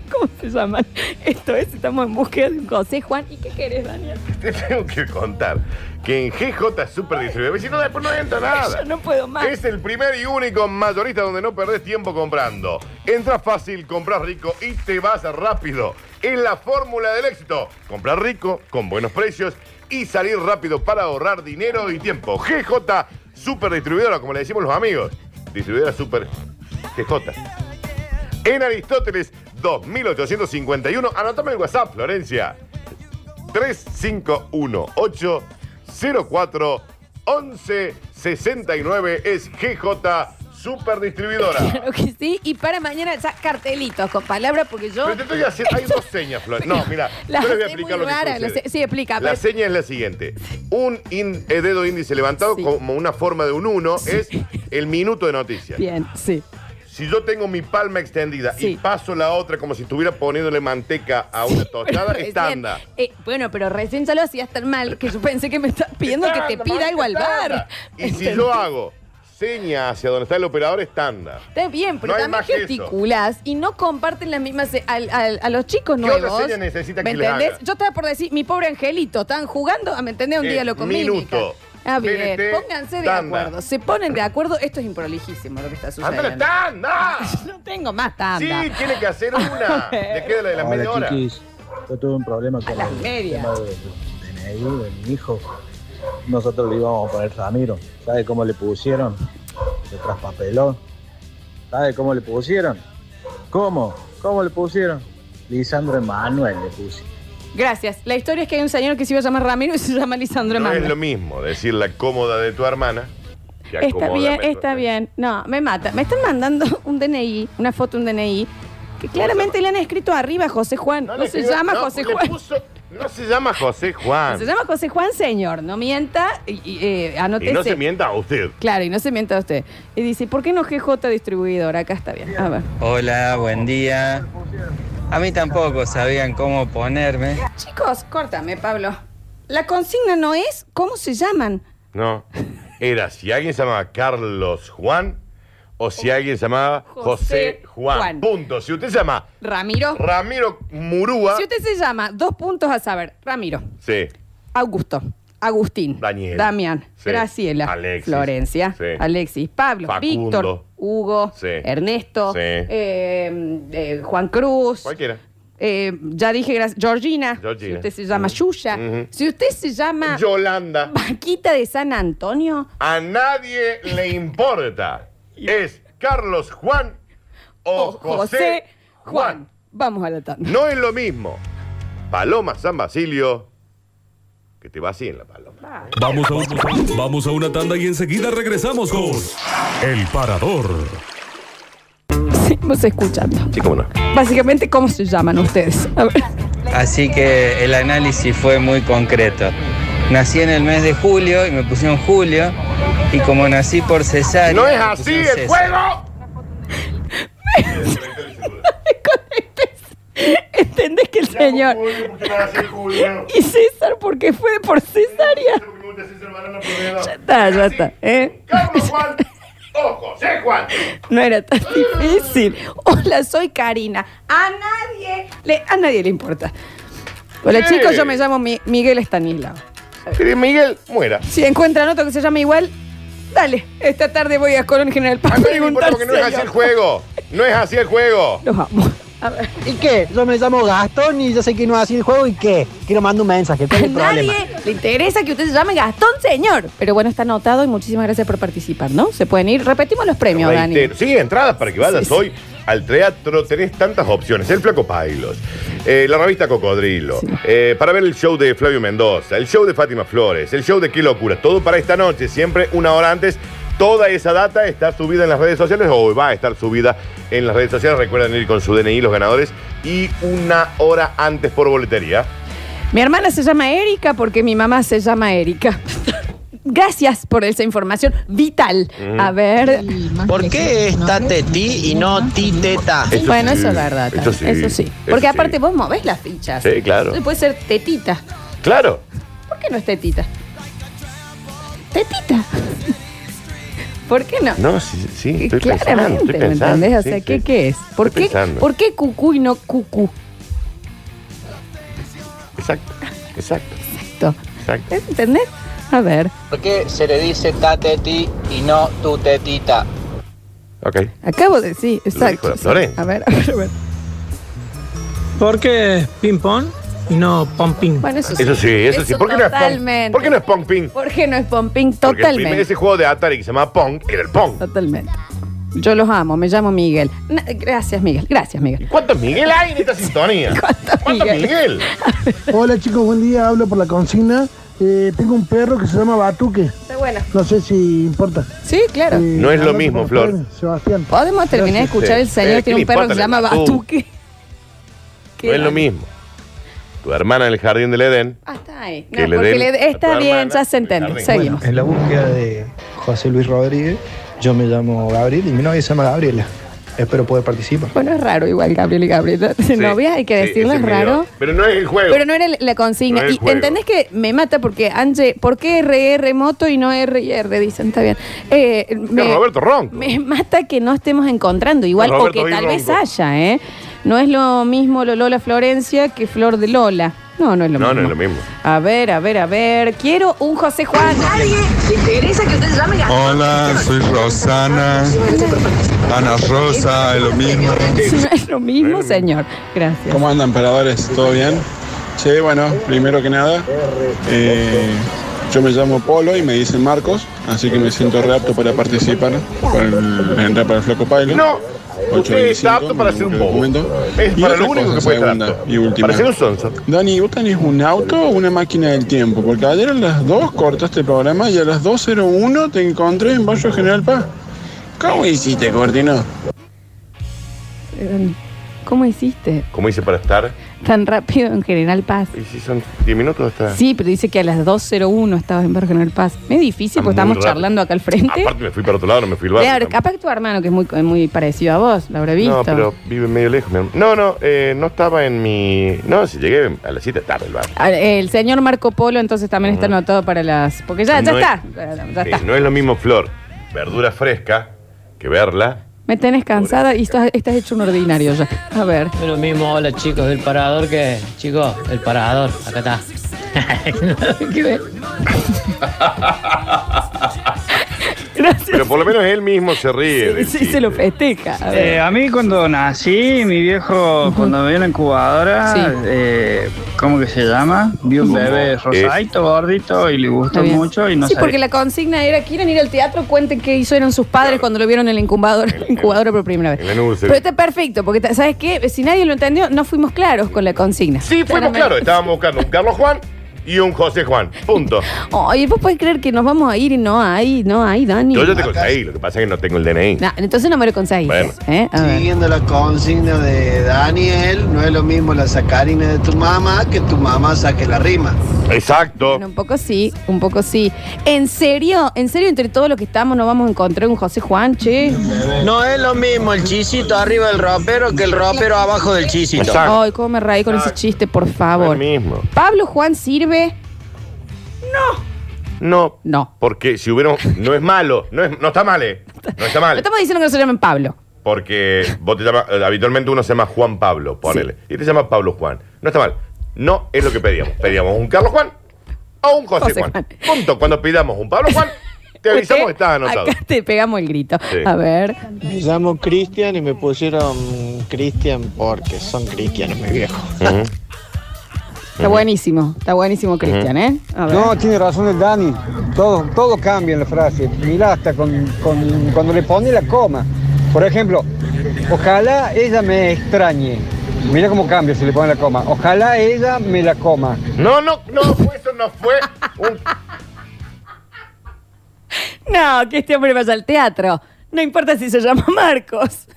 Speaker 2: ¿Cómo se llaman? Esto es, estamos en búsqueda de un consejo, Juan. ¿Y qué querés, Daniel?
Speaker 1: Te tengo que contar que en GJ Super Distribuidor, si no, después no entra nada.
Speaker 2: Yo no puedo más.
Speaker 1: Es el primer y único mayorista donde no perdés tiempo comprando. Entras fácil, compras rico y te vas rápido. Es la fórmula del éxito. Comprar rico, con buenos precios y salir rápido para ahorrar dinero y tiempo. GJ Super Distribuidora, como le decimos los amigos. Distribuidora Super GJ. En Aristóteles 2851. Anotame el WhatsApp, Florencia. 351-804-1169 es GJ Super Distribuidora.
Speaker 2: Claro que sí. Y para mañana ya cartelitos con palabras porque yo.
Speaker 1: Pero te estoy haciendo. Hay dos señas, Flor. No, mira,
Speaker 2: La
Speaker 1: yo les voy a
Speaker 2: sé
Speaker 1: explicar
Speaker 2: muy
Speaker 1: lo que
Speaker 2: rara, la
Speaker 1: sucede.
Speaker 2: sé- sí, explica,
Speaker 1: La
Speaker 2: pero-
Speaker 1: seña es la siguiente: un in- eh, dedo índice levantado como una forma de un 1 es el minuto de noticias.
Speaker 2: Bien, sí.
Speaker 1: Si yo tengo mi palma extendida y
Speaker 2: Sí.
Speaker 1: paso la otra como si estuviera poniéndole manteca a una tostada,
Speaker 2: Recién,
Speaker 1: es tanda.
Speaker 2: eh, bueno, pero recién ya lo hacías tan mal que yo pensé que me estás pidiendo que te
Speaker 1: Tanda,
Speaker 2: pida
Speaker 1: Mari,
Speaker 2: algo al bar.
Speaker 1: tanda. Y si yo hago seña hacia donde está el operador, es tanda.
Speaker 2: Está bien, pero
Speaker 1: No hay
Speaker 2: también
Speaker 1: más que eso.
Speaker 2: gesticulás y no comparten las mismas eh, al- al- a los chicos
Speaker 1: ¿Qué otra
Speaker 2: nuevos.
Speaker 1: seña necesitan
Speaker 2: ¿Me
Speaker 1: que les haga?
Speaker 2: entendés? Yo estaba por decir, mi pobre angelito, están jugando, Ah, ¿me entendés? Un
Speaker 1: Eh,
Speaker 2: día lo comí.
Speaker 1: minuto.
Speaker 2: Ah, bien,
Speaker 1: TNT,
Speaker 2: pónganse de
Speaker 1: tanda.
Speaker 2: acuerdo. Se ponen de acuerdo, esto es improlijísimo lo que está
Speaker 1: ¡Anda la
Speaker 2: sucediendo.
Speaker 1: tanda!
Speaker 2: No tengo más tanda.
Speaker 1: Sí, tiene que hacer una. Le queda la de la media hora.
Speaker 9: chiquis, yo tuve un problema con
Speaker 2: las
Speaker 9: el
Speaker 2: medias.
Speaker 9: tema de, de DNI de mi hijo. Nosotros le íbamos a poner Ramiro. ¿Sabe cómo le pusieron? Le traspapeló. ¿Sabe cómo le pusieron? ¿Cómo? ¿Cómo le pusieron? Lisandro Emanuel le puse.
Speaker 2: Gracias. La historia es que hay un señor que se iba a llamar Ramiro y se llama Lisandro
Speaker 1: No
Speaker 2: Emanuel.
Speaker 1: es lo mismo decir la cómoda de tu hermana. que
Speaker 2: Está
Speaker 1: acomódame
Speaker 2: bien,
Speaker 1: tu-
Speaker 2: está bien. No, me mata. Me están mandando un DNI, una foto, un DNI, que claramente le han escrito arriba José Juan. No,
Speaker 1: le
Speaker 2: se
Speaker 1: escriba-
Speaker 2: llama
Speaker 1: no,
Speaker 2: José
Speaker 1: le
Speaker 2: Juan.
Speaker 1: puso- no se llama José Juan.
Speaker 2: Se llama José Juan, señor. No mienta y, y, eh, anótese.
Speaker 1: y no se mienta a usted.
Speaker 2: Claro, y no se mienta usted. Y dice, ¿por qué no GJ distribuidor? Acá está bien. A ver.
Speaker 12: Hola, buen día. A mí tampoco sabían cómo ponerme.
Speaker 2: Chicos, córtame, Pablo. La consigna no es cómo se llaman.
Speaker 1: No. Era si alguien se llamaba Carlos Juan o si alguien se llamaba José,
Speaker 2: José
Speaker 1: Juan.
Speaker 2: Juan.
Speaker 1: Punto. Si usted se llama
Speaker 2: Ramiro.
Speaker 1: Ramiro Murúa.
Speaker 2: Si usted se llama, dos puntos a saber. Ramiro.
Speaker 1: Sí.
Speaker 2: Augusto, Agustín,
Speaker 1: Daniel.
Speaker 2: Damián,
Speaker 1: Sí.
Speaker 2: Graciela,
Speaker 1: Alexis.
Speaker 2: Florencia,
Speaker 1: Sí.
Speaker 2: Alexis, Pablo,
Speaker 1: Facundo.
Speaker 2: Víctor, Hugo,
Speaker 1: Sí.
Speaker 2: Ernesto,
Speaker 1: Sí.
Speaker 2: eh, eh, Juan Cruz.
Speaker 1: Cualquiera.
Speaker 2: eh, ya dije, gra- Georgina,
Speaker 1: Georgina. Mm. Mm-hmm.
Speaker 2: si usted se llama Yuya,
Speaker 1: Ujú.
Speaker 2: si usted se llama
Speaker 1: Yolanda.
Speaker 2: Vaquita de San Antonio,
Speaker 1: A nadie le importa. Es Carlos Juan o,
Speaker 2: o
Speaker 1: Oh, José, Juan.
Speaker 2: Juan. Vamos a la tanda.
Speaker 1: No es lo mismo. Paloma San Basilio. Que te vacíen la paloma.
Speaker 13: Vamos a, un- vamos a una tanda y enseguida regresamos con El Parador.
Speaker 2: Seguimos escuchando.
Speaker 1: Sí, cómo no.
Speaker 2: Básicamente, ¿cómo se llaman ustedes? A ver.
Speaker 12: Así que el análisis fue muy concreto. Nací en el mes de julio y me pusieron Julio. Y como nací por cesárea.
Speaker 1: ¡No es
Speaker 12: me
Speaker 1: así
Speaker 10: pues,
Speaker 12: pusieron
Speaker 1: el
Speaker 12: César.
Speaker 1: juego!
Speaker 2: ¿Entendés que el señor? ¿Y César porque fue de por cesárea? Ya está, ya está. ¿eh?
Speaker 1: Carlos Juan o José Juan.
Speaker 2: No era tan difícil. Hola, soy Karina. A nadie le, a nadie le importa. Hola
Speaker 1: Sí.
Speaker 2: chicos, yo me llamo Mi- Miguel Estanislao.
Speaker 1: Pero Miguel muera.
Speaker 2: Si encuentran otro que se llame igual, Dale, esta tarde voy a Colón General Paz.
Speaker 1: A mí no me importa porque no es así el juego. No es así el juego.
Speaker 2: Los amo. A ver.
Speaker 14: ¿Y qué? Yo me llamo Gastón y yo sé que no es así el juego y qué. Quiero mandar un mensaje. ¿Cuál
Speaker 2: A
Speaker 14: es el
Speaker 2: nadie
Speaker 14: problema?
Speaker 2: le interesa que usted se llame Gastón, señor. Pero bueno, está anotado y muchísimas gracias por participar, ¿no? Se pueden ir. Repetimos los premios, Dani.
Speaker 1: Reitero. Sí, entradas para que vayas hoy al teatro. Tenés tantas opciones. El Flaco Pailos, eh, la revista Cocodrilo, eh, para ver el show de Flavio Mendoza, el show de Fátima Flores, el show de Qué Locura. Todo para esta noche, siempre una hora antes. Toda esa data está subida en las redes sociales o va a estar subida en las redes sociales. Recuerden ir con su DNI, los ganadores, y una hora antes por boletería.
Speaker 2: Mi hermana se llama Erika porque mi mamá se llama Erika. Gracias por esa información vital.
Speaker 1: Mm.
Speaker 2: A ver.
Speaker 14: ¿Por qué está Teti y no Titeta?
Speaker 1: Eso
Speaker 2: bueno,
Speaker 1: sí,
Speaker 2: eso es verdad.
Speaker 1: eso
Speaker 2: también,
Speaker 1: sí,
Speaker 2: Eso sí.
Speaker 1: eso
Speaker 2: Porque
Speaker 1: sí.
Speaker 2: aparte vos movés las fichas.
Speaker 1: Sí, claro.
Speaker 2: Entonces Puede ser tetita.
Speaker 1: Claro.
Speaker 2: ¿Por qué no es tetita? Tetita. ¿Por qué no?
Speaker 1: No, sí, sí, estoy pensando.
Speaker 2: Claramente,
Speaker 1: Estoy
Speaker 2: ¿me
Speaker 1: pensando,
Speaker 2: entendés? O
Speaker 1: sí,
Speaker 2: sea,
Speaker 1: sí,
Speaker 2: ¿qué,
Speaker 1: sí.
Speaker 2: qué es? ¿Por
Speaker 1: Estoy
Speaker 2: qué,
Speaker 1: pensando.
Speaker 2: ¿Por qué cucú y no cucú?
Speaker 1: Exacto, exacto,
Speaker 2: Esto.
Speaker 1: exacto.
Speaker 2: ¿Entendés? A ver.
Speaker 15: ¿Por qué se le dice ta teti y no tu tetita?
Speaker 1: Ok.
Speaker 2: Acabo de decir, exacto.
Speaker 1: la Florencia.
Speaker 2: A ver, a ver, a ver.
Speaker 16: ¿Por qué ping-pong y no pong-ping?
Speaker 2: Bueno, eso
Speaker 1: Eso sí, eso, sí. ¿Por qué no es
Speaker 2: totalmente.
Speaker 1: Pong? ¿Por qué no es Pong Ping?
Speaker 2: ¿Por qué no es
Speaker 1: Porque
Speaker 2: pompín?
Speaker 1: el primer,
Speaker 2: Totalmente.
Speaker 1: ese juego de Atari que se llamaba Pong era el Pong.
Speaker 2: Totalmente. Yo los amo, me llamo Miguel. Na- gracias, Miguel. Gracias, Miguel.
Speaker 1: ¿Cuántos Miguel hay en esta sintonía? ¿Cuántos Miguel?
Speaker 6: Hola chicos, buen día, hablo por la consigna. Eh, tengo un perro que se llama Batuque.
Speaker 2: Está bueno.
Speaker 6: No sé si importa.
Speaker 2: Sí, claro.
Speaker 1: No es lo mismo, Flor.
Speaker 6: Sebastián.
Speaker 2: Podemos terminar de escuchar el
Speaker 1: Eh,
Speaker 2: señor
Speaker 1: ¿qué
Speaker 2: tiene
Speaker 1: le
Speaker 2: un perro
Speaker 1: importa
Speaker 2: que se
Speaker 1: la
Speaker 2: llama
Speaker 1: actitud?
Speaker 2: Batuque.
Speaker 1: No es lo mismo. Tu hermana en el jardín del Edén.
Speaker 2: Ah, está ahí.
Speaker 1: Que
Speaker 2: No,
Speaker 1: le
Speaker 2: porque
Speaker 1: den
Speaker 2: le- está bien, ya se entiende. Seguimos.
Speaker 8: En la búsqueda de José Luis Rodríguez, yo me llamo Gabriel y mi novia se llama Gabriela. Espero poder participar.
Speaker 2: Bueno, es raro igual Gabriel y Gabriela.
Speaker 8: Sí,
Speaker 2: novia, hay que
Speaker 8: sí,
Speaker 2: decirlo,
Speaker 8: ese
Speaker 2: es
Speaker 8: es
Speaker 2: raro.
Speaker 8: medio-
Speaker 1: Pero no es el juego.
Speaker 2: Pero no era la consigna.
Speaker 1: No es el
Speaker 2: y
Speaker 1: juego.
Speaker 2: entendés que me mata porque, Ange, ¿por qué RR moto y no RR? Dicen, está bien. Eh, me,
Speaker 1: Roberto Ronco.
Speaker 2: me mata que no estemos encontrando igual
Speaker 1: Es
Speaker 2: o
Speaker 1: Roberto
Speaker 2: que
Speaker 1: y
Speaker 2: tal vez
Speaker 1: Ronco.
Speaker 2: haya, ¿eh? No es lo mismo lo Lola Florencia que Flor de Lola. No, no es lo
Speaker 1: No,
Speaker 2: mismo.
Speaker 1: no es lo mismo.
Speaker 2: A ver, a ver, a ver. Quiero un José Juan. Nadie le interesa que usted llame
Speaker 17: Hola, soy Rosana. Ana Rosa, es lo mismo.
Speaker 2: No es lo mismo, señor. Gracias.
Speaker 10: ¿Cómo andan, paradores? ¿Todo bien? Che, bueno, primero que nada, eh, yo me llamo Polo y me dicen Marcos, así que me siento re apto para participar, para el- entrar para el Flaco Pailo.
Speaker 1: No, usted está
Speaker 10: 825,
Speaker 1: apto para
Speaker 10: mi
Speaker 1: ser un
Speaker 10: número de
Speaker 1: bobo.
Speaker 10: documento.
Speaker 1: Es
Speaker 10: Y
Speaker 1: para
Speaker 10: otra
Speaker 1: lo único
Speaker 10: cosa,
Speaker 1: que puede estar
Speaker 10: segunda
Speaker 1: apto.
Speaker 10: Y última.
Speaker 1: Para ser un sonso.
Speaker 10: Dani, ¿vos tenés un auto o una máquina del tiempo? Porque ayer a las 2 cortaste el programa y a las 2.01 te encontré en Barrio General Paz. ¿Cómo hiciste, Cortino?
Speaker 2: Eh, ¿Cómo hiciste?
Speaker 1: ¿Cómo hice para estar?
Speaker 2: Tan rápido en General Paz.
Speaker 1: Y si son 10 minutos hasta.
Speaker 2: Sí, pero dice que a las 2.01 estabas en Barrio General Paz. Es difícil porque
Speaker 1: Está muy
Speaker 2: pues estamos
Speaker 1: rápido.
Speaker 2: charlando acá al frente.
Speaker 1: Aparte me fui para otro lado, no me fui al
Speaker 2: Claro,
Speaker 1: barrio.
Speaker 2: capaz que tu hermano, que es muy, muy parecido a vos, lo habrá visto.
Speaker 1: No, pero vive medio lejos. mi hermano. No, no, eh, no estaba en mi. No, si llegué a las 7 tarde el barrio.
Speaker 2: A- Ah, El señor Marco Polo entonces también está anotado para las... Porque ya, ya
Speaker 1: No
Speaker 2: está.
Speaker 1: es-
Speaker 2: Ya, ya está.
Speaker 1: Sí, no es lo mismo flor, verdura fresca, que verla.
Speaker 2: Me tenés cansada y estás, estás hecho un ordinario ya. A ver.
Speaker 18: Es lo mismo, hola chicos, del parador que. Chicos, el parador, acá está.
Speaker 2: ¿Qué ves?
Speaker 1: Pero por lo menos él mismo se ríe. del
Speaker 2: Sí, se lo festeja. A ver.
Speaker 9: Eh, a mí cuando nací, mi viejo, cuando vio la incubadora,
Speaker 2: Sí.
Speaker 9: eh, ¿cómo que se llama? Vio un
Speaker 18: ¿Cómo?
Speaker 9: bebé rosadito, gordito, y le
Speaker 2: Está
Speaker 9: gustó
Speaker 2: bien.
Speaker 9: mucho y no
Speaker 2: sí,
Speaker 9: sabía.
Speaker 2: porque la consigna era, ¿quieren ir al teatro? Cuenten qué hicieron sus padres cuando lo vieron en la incubadora, incubadora por primera vez.
Speaker 1: En la nube se
Speaker 2: Pero está perfecto, porque ta- ¿sabes qué? Si nadie lo entendió, no fuimos claros con la consigna.
Speaker 1: Sí, fuimos claros. Estábamos buscando un Carlos Juan y un José Juan. Punto.
Speaker 2: Oye, vos podés creer que nos vamos a ir y no hay, no hay, Dani.
Speaker 1: Yo ya te conseguí, lo que pasa es que no tengo el DNI.
Speaker 2: Nah, entonces no me lo conseguiste.
Speaker 1: Bueno.
Speaker 2: ¿eh? A ver.
Speaker 19: Siguiendo la consigna de Daniel, no es lo mismo la sacarina de tu mamá que tu mamá saque la rima.
Speaker 1: Exacto.
Speaker 2: Bueno, un poco sí, un poco sí. ¿En serio? ¿En serio entre todos los que estamos no vamos a encontrar un José Juan, che?
Speaker 14: No es lo mismo el chisito arriba del ropero que el ropero abajo del chisito.
Speaker 2: Ay, cómo me raí con ese chiste, por favor.
Speaker 1: mismo.
Speaker 2: Pablo Juan sirve.
Speaker 1: No.
Speaker 2: No.
Speaker 1: Porque si hubiéramos. No es malo. No, es- no está mal, ¿eh? No está
Speaker 2: No
Speaker 1: mal.
Speaker 2: estamos diciendo que no se llamen Pablo.
Speaker 1: Porque vos te llamas. eh, Habitualmente uno se llama Juan Pablo, ponele. Y te llamas Pablo Juan. No está mal. No es lo que pedíamos. Pedíamos un Carlos Juan o un José,
Speaker 2: José
Speaker 1: Juan. Punto. Cuando pidamos un Pablo Juan Te avisamos que estás anotado.
Speaker 2: Acá te pegamos el grito.
Speaker 1: Sí.
Speaker 2: A ver.
Speaker 3: Me llamo Cristian y me pusieron Cristian porque son cristianos, mi viejo.
Speaker 2: Está buenísimo. Está buenísimo, Cristian, ¿eh? A ver.
Speaker 5: No, tiene razón el Dani. Todo, todo cambia en la frase. Mirá hasta con, con- cuando le pone la coma. Por ejemplo, ojalá ella me extrañe. Mira cómo cambia si le pone la coma. Ojalá ella me la coma.
Speaker 1: No, no, no, fue eso no fue un...
Speaker 2: No, que este hombre vaya al teatro. No importa si se llama Marcos.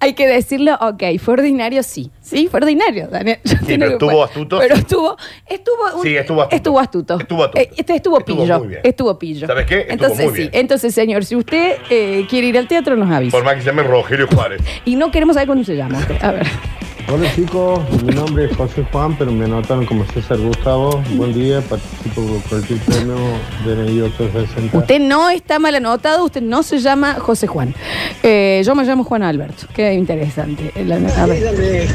Speaker 2: Hay que decirlo, ok, fue ordinario, sí. Sí, fue ordinario, Daniel. Yo
Speaker 1: Sí,
Speaker 2: entiendo
Speaker 1: pero
Speaker 2: que fue.
Speaker 1: estuvo astuto.
Speaker 2: Pero estuvo, estuvo, un-
Speaker 1: Sí, estuvo astuto.
Speaker 2: estuvo astuto.
Speaker 1: Estuvo astuto.
Speaker 2: Eh, este estuvo
Speaker 1: Estuvo
Speaker 2: pillo.
Speaker 1: muy bien.
Speaker 2: Estuvo pillo.
Speaker 1: ¿Sabes qué? Estuvo
Speaker 2: entonces,
Speaker 1: muy bien.
Speaker 2: sí. Entonces, señor, si usted eh, quiere ir al teatro, nos avisa.
Speaker 1: Por más que se llame Rogelio Juárez.
Speaker 2: Y no queremos saber cuándo se llama. usted. A ver.
Speaker 8: Hola chicos, mi nombre es José Juan, pero me anotan como César Gustavo. Buen día, participo por cualquier premio de 860.
Speaker 2: Usted no está mal anotado, usted no se llama José Juan. Eh, yo me llamo Juan Alberto. Qué interesante. La- a ver.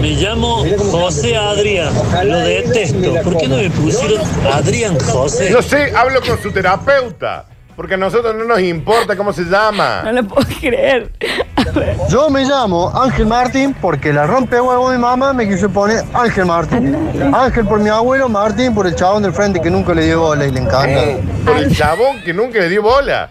Speaker 20: Me llamo José Adrián, lo detesto. ¿Por qué no me pusieron Adrián José?
Speaker 1: Yo sé, hablo con su terapeuta. Porque a nosotros no nos importa cómo se llama.
Speaker 2: No lo puedo creer.
Speaker 3: Yo me llamo Ángel Martín porque la rompe huevo mi mamá me quiso poner Ángel Martín. Ángel por mi abuelo, Martín por el chabón del frente que nunca le dio bola y le encanta.
Speaker 1: Por el chabón que nunca le dio bola.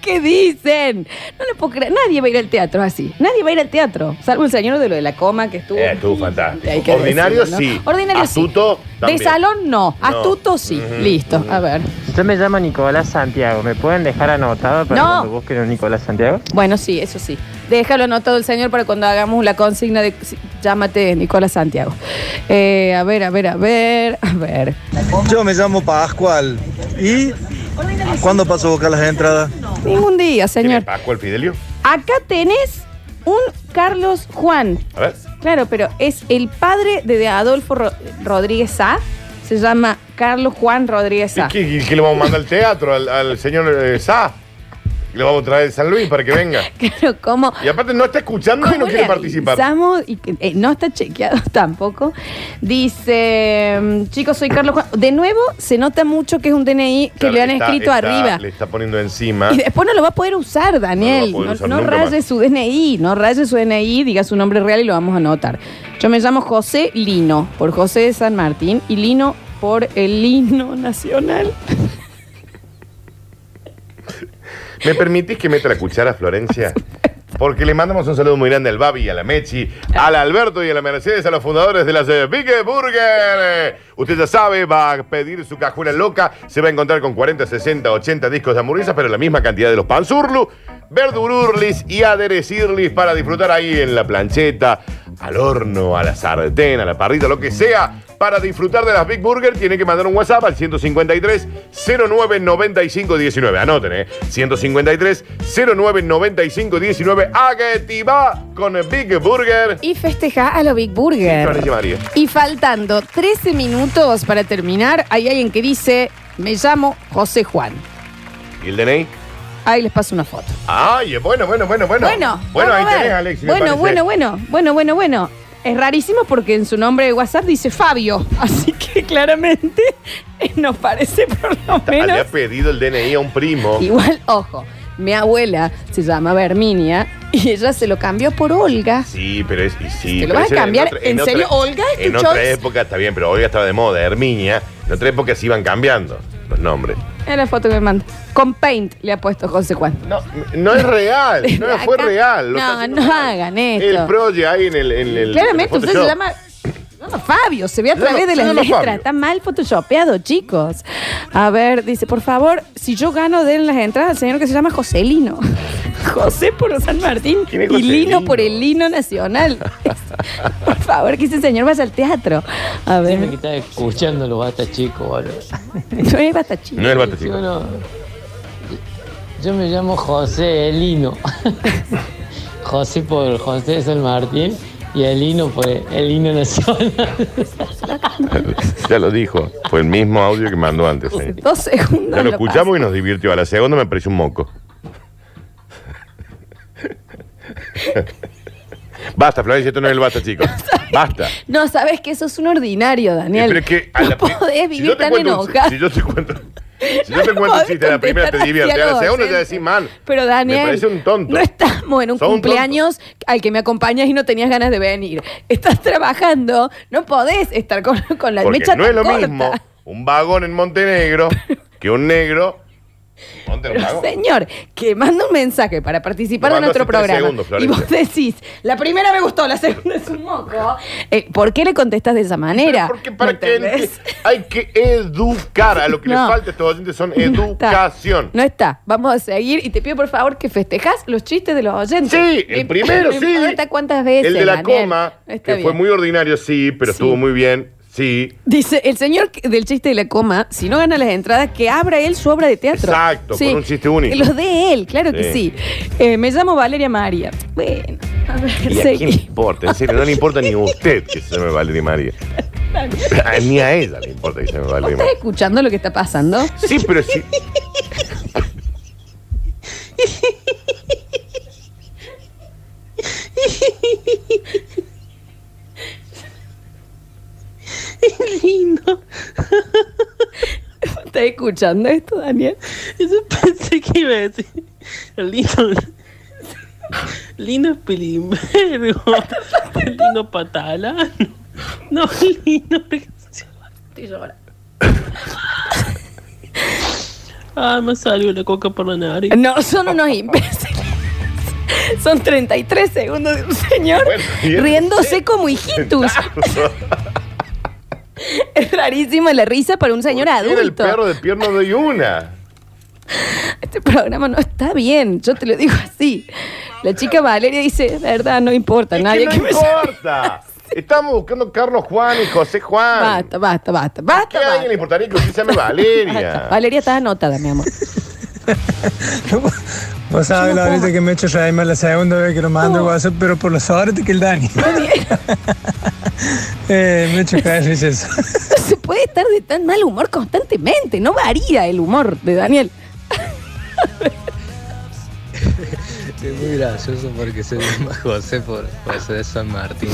Speaker 2: ¿Qué dicen? No le puedo creer. Nadie va a ir al teatro así. Nadie va a ir al teatro. Salvo el señor de lo de la coma que estuvo.
Speaker 1: Eh, estuvo
Speaker 2: Hay
Speaker 1: fantástico.
Speaker 2: que
Speaker 1: Ordinario
Speaker 2: decirlo, ¿no?
Speaker 1: sí.
Speaker 2: Ordinario
Speaker 1: Astuto
Speaker 2: sí.
Speaker 1: también.
Speaker 2: De salón no. Astuto sí.
Speaker 21: Ujú,
Speaker 2: Listo. A ver.
Speaker 21: Yo me llamo Nicolás Santiago. ¿Me pueden dejar anotado para
Speaker 2: No.
Speaker 21: cuando busquen a Nicolás Santiago?
Speaker 2: Bueno, sí, eso sí. Déjalo anotado el señor para cuando hagamos la consigna de llámate Nicolás Santiago. Eh, a ver, a ver, a ver, a ver.
Speaker 3: Yo me llamo Pascual. ¿Y cuándo paso a buscar las entradas?
Speaker 2: Ningún día, señor.
Speaker 1: Paco el Fidelio.
Speaker 2: Acá tenés un Carlos Juan.
Speaker 1: A ver.
Speaker 2: Claro, pero es el padre de de Adolfo Ro- Rodríguez Sá. Se llama Carlos Juan Rodríguez Sá.
Speaker 1: ¿Y qué, y qué le vamos a mandar al teatro? Al, al señor eh, Sa. Le vamos a traer de San Luis para que venga.
Speaker 2: Claro, ¿cómo?
Speaker 1: Y aparte no está escuchando y no
Speaker 2: ¿Cómo
Speaker 1: quiere
Speaker 2: le
Speaker 1: participar.
Speaker 2: avisamos? Y que- eh, no está chequeado tampoco. Dice, mm, chicos, soy Carlos Juan. De nuevo, se nota mucho que es un DNI que
Speaker 1: Claro,
Speaker 2: le han
Speaker 1: está-
Speaker 2: escrito
Speaker 1: está-
Speaker 2: arriba.
Speaker 1: Le está poniendo encima.
Speaker 2: Y después no lo va a poder usar,
Speaker 1: No lo va a
Speaker 2: Daniel.
Speaker 1: poder
Speaker 2: No,
Speaker 1: usar
Speaker 2: no
Speaker 1: nunca
Speaker 2: raye
Speaker 1: más.
Speaker 2: su DNI, no raye su DNI, diga su nombre real y lo vamos a anotar. Yo me llamo José Lino, por José de San Martín, y Lino por el himno nacional.
Speaker 1: ¿Me permitís que meta la cuchara, Florencia? Porque le mandamos un saludo muy grande al Babi, a la Mechi, al Alberto y a la Mercedes, a los fundadores de las eh, Big Burger. Usted ya sabe, va a pedir su cajuela loca, se va a encontrar con 40, 60, 80 discos de hamburguesas, pero la misma cantidad de los panzurlu, verdururlis y aderecirlis para disfrutar ahí en la plancheta, al horno, a la sartén, a la parrita, lo que sea. Para disfrutar de las Big Burger tiene que mandar un WhatsApp al 153 09 95 19. Anoten, ¿eh? 153 09 95 19. Aguetivá con Big Burger.
Speaker 2: Y festeja a lo Big
Speaker 1: Florencia
Speaker 2: Burger.
Speaker 1: María.
Speaker 2: Y faltando 13 minutos para terminar, hay alguien que dice, me llamo José Juan.
Speaker 1: ¿Y el DNI?
Speaker 2: Ahí les paso una foto.
Speaker 1: Ay, bueno, bueno, bueno, bueno.
Speaker 2: Bueno,
Speaker 1: bueno ahí
Speaker 2: vamos a ver.
Speaker 1: tenés, Alex. me
Speaker 2: Bueno,
Speaker 1: parece.
Speaker 2: bueno, bueno, bueno, bueno, bueno. Es rarísimo porque en su nombre de WhatsApp dice Fabio, así que claramente eh, nos parece por lo
Speaker 1: Le
Speaker 2: menos.
Speaker 1: ha pedido el DNI a un primo.
Speaker 2: Igual, ojo, mi abuela se llama Berminia y ella se lo cambió por Olga.
Speaker 1: Sí, pero es. y sí,
Speaker 2: ¿Te
Speaker 1: pero
Speaker 2: lo vas a
Speaker 1: es en
Speaker 2: cambiar?
Speaker 1: otra-
Speaker 2: ¿En serio?
Speaker 1: otra-
Speaker 2: ¿Olga es tu
Speaker 1: En otra
Speaker 2: choice?
Speaker 1: época está bien, pero Olga estaba de moda, Herminia. En otra época se iban cambiando los nombres.
Speaker 2: Es la foto que me manda. Con Paint le ha puesto José Juan.
Speaker 1: No, No es real, no fue real. lo está
Speaker 2: No,
Speaker 1: haciendo
Speaker 2: no hagan esto.
Speaker 1: El proye ahí en el. en el- en
Speaker 2: Claramente
Speaker 1: el
Speaker 2: usted se
Speaker 1: Photoshop.
Speaker 2: llama. No, no, Fabio, se ve a
Speaker 1: Claro,
Speaker 2: través de
Speaker 1: se
Speaker 2: las
Speaker 1: llama
Speaker 2: letras.
Speaker 1: Fabio.
Speaker 2: Está mal photoshopeado, chicos. A ver, dice, por favor, si yo gano, den las entradas al señor que se llama Joselino. José por San Martín
Speaker 1: ¿Quién es
Speaker 2: y Lino
Speaker 1: Joselino?
Speaker 2: por el Lino Nacional. por favor, que ese señor vaya al teatro. A
Speaker 22: Dime
Speaker 2: ver,
Speaker 22: que estás escuchando los bata chicos, este boludo.
Speaker 2: no es batachín.
Speaker 1: No es bata chico.
Speaker 22: Yo no- Yo me llamo José Elino. José por José de San Martín y Elino por Elino Nacional.
Speaker 1: Ya lo dijo. Fue el mismo audio que mandó antes. ¿eh?
Speaker 2: Dos segundos.
Speaker 1: Ya lo
Speaker 2: lo
Speaker 1: escuchamos y nos divirtió. A la segunda me pareció un moco. Basta, Florencia, esto no es el basta, chicos. Basta.
Speaker 2: pasa. No, sabes que eso es un ordinario, Daniel.
Speaker 1: Eh, Pero es que a la
Speaker 2: no
Speaker 1: pri-
Speaker 2: podés
Speaker 1: si
Speaker 2: vivir
Speaker 1: yo te
Speaker 2: tan
Speaker 1: cuento un-
Speaker 2: enojado.
Speaker 1: Si yo te cuento, Si yo te cuento el
Speaker 2: podés
Speaker 1: chiste, la primera te
Speaker 2: contestar
Speaker 1: divierte,
Speaker 2: así a
Speaker 1: a la
Speaker 2: los
Speaker 1: segunda te
Speaker 2: docentes.
Speaker 1: decís mal.
Speaker 2: Pero Daniel,
Speaker 1: Me parece un tonto.
Speaker 2: no estamos en un
Speaker 1: Sos un
Speaker 2: cumpleaños al que me acompañas y no tenías ganas de venir. Estás trabajando, no podés estar con, con la
Speaker 1: Porque
Speaker 2: mecha
Speaker 1: no es
Speaker 2: tan
Speaker 1: lo
Speaker 2: corta.
Speaker 1: mismo un vagón en Montenegro que un negro. Montenegro.
Speaker 2: Pero, señor, que manda un mensaje para participar
Speaker 1: Lo
Speaker 2: de
Speaker 1: mandó hace
Speaker 2: nuestro
Speaker 1: tres
Speaker 2: programa.
Speaker 1: segundos,
Speaker 2: y
Speaker 1: Florencia.
Speaker 2: vos decís, la primera me gustó, la segunda es un moco. Eh, ¿Por qué le contestás de esa manera?
Speaker 1: Porque para
Speaker 2: ¿Me
Speaker 1: que
Speaker 2: entendés?
Speaker 1: enti- hay que educar. A lo que
Speaker 2: No.
Speaker 1: le falta a estos oyentes son
Speaker 2: está.
Speaker 1: educación.
Speaker 2: No está. Vamos a seguir y te pido por favor que festejas los chistes de los oyentes.
Speaker 1: Sí, el
Speaker 2: No
Speaker 1: primero, sí.
Speaker 2: No importa cuántas veces.
Speaker 1: El de la
Speaker 2: Daniel.
Speaker 1: coma,
Speaker 2: Está
Speaker 1: que fue
Speaker 2: bien.
Speaker 1: muy ordinario, sí, pero
Speaker 2: Sí.
Speaker 1: estuvo muy bien, sí.
Speaker 2: Dice el señor que- del chiste de la coma, si no gana las entradas, que abra él su obra de teatro.
Speaker 1: Exacto,
Speaker 2: Sí.
Speaker 1: con un chiste único.
Speaker 2: Que Los de él, claro que sí.
Speaker 1: Sí.
Speaker 2: Eh, me llamo Valeria María. Bueno, a
Speaker 1: ¿Y
Speaker 2: ver,
Speaker 1: a quién le
Speaker 2: seguí.
Speaker 1: importa? En serio, no le importa ni a usted que se me Valeria María. ni a ella le importa que se me Valeria
Speaker 2: ¿Estás
Speaker 1: María.
Speaker 2: escuchando lo que está pasando?
Speaker 1: Sí, pero sí.
Speaker 4: lindo.
Speaker 2: ¿Estás escuchando esto, Daniel?
Speaker 4: Yo pensé que iba a decir. Lindo. Lindo es pelimbergo. Lindo patalano. No, lindo.
Speaker 2: Estoy llorando.
Speaker 4: Ah, me salió la coca por la nariz.
Speaker 2: No, son unos imbéciles. Son 33 segundos de un señor
Speaker 4: bien.
Speaker 2: riéndose como hijitus. es rarísima la risa para un señor
Speaker 1: Era el
Speaker 2: adulto.
Speaker 1: perro de pierna de una.
Speaker 2: Este programa no está bien, yo te lo digo así. La chica Valeria dice, "La verdad, no importa, nadie
Speaker 1: no
Speaker 2: que me
Speaker 1: importa. Estamos buscando Carlos Juan y José Juan.
Speaker 2: Basta, basta, basta, basta.
Speaker 1: ¿Qué a alguien le importaría que usted se llame Valeria?
Speaker 2: basta. Valeria está anotada, mi amor.
Speaker 6: Vos sabés la ahorita que me he hecho reír la segunda vez que lo mando el WhatsApp, pero por la suerte que el Dani. eh, me he hecho caer, es eso.
Speaker 2: No se puede estar de tan mal humor constantemente, no varía el humor de Daniel.
Speaker 7: Es muy gracioso porque se llama José por José de San Martín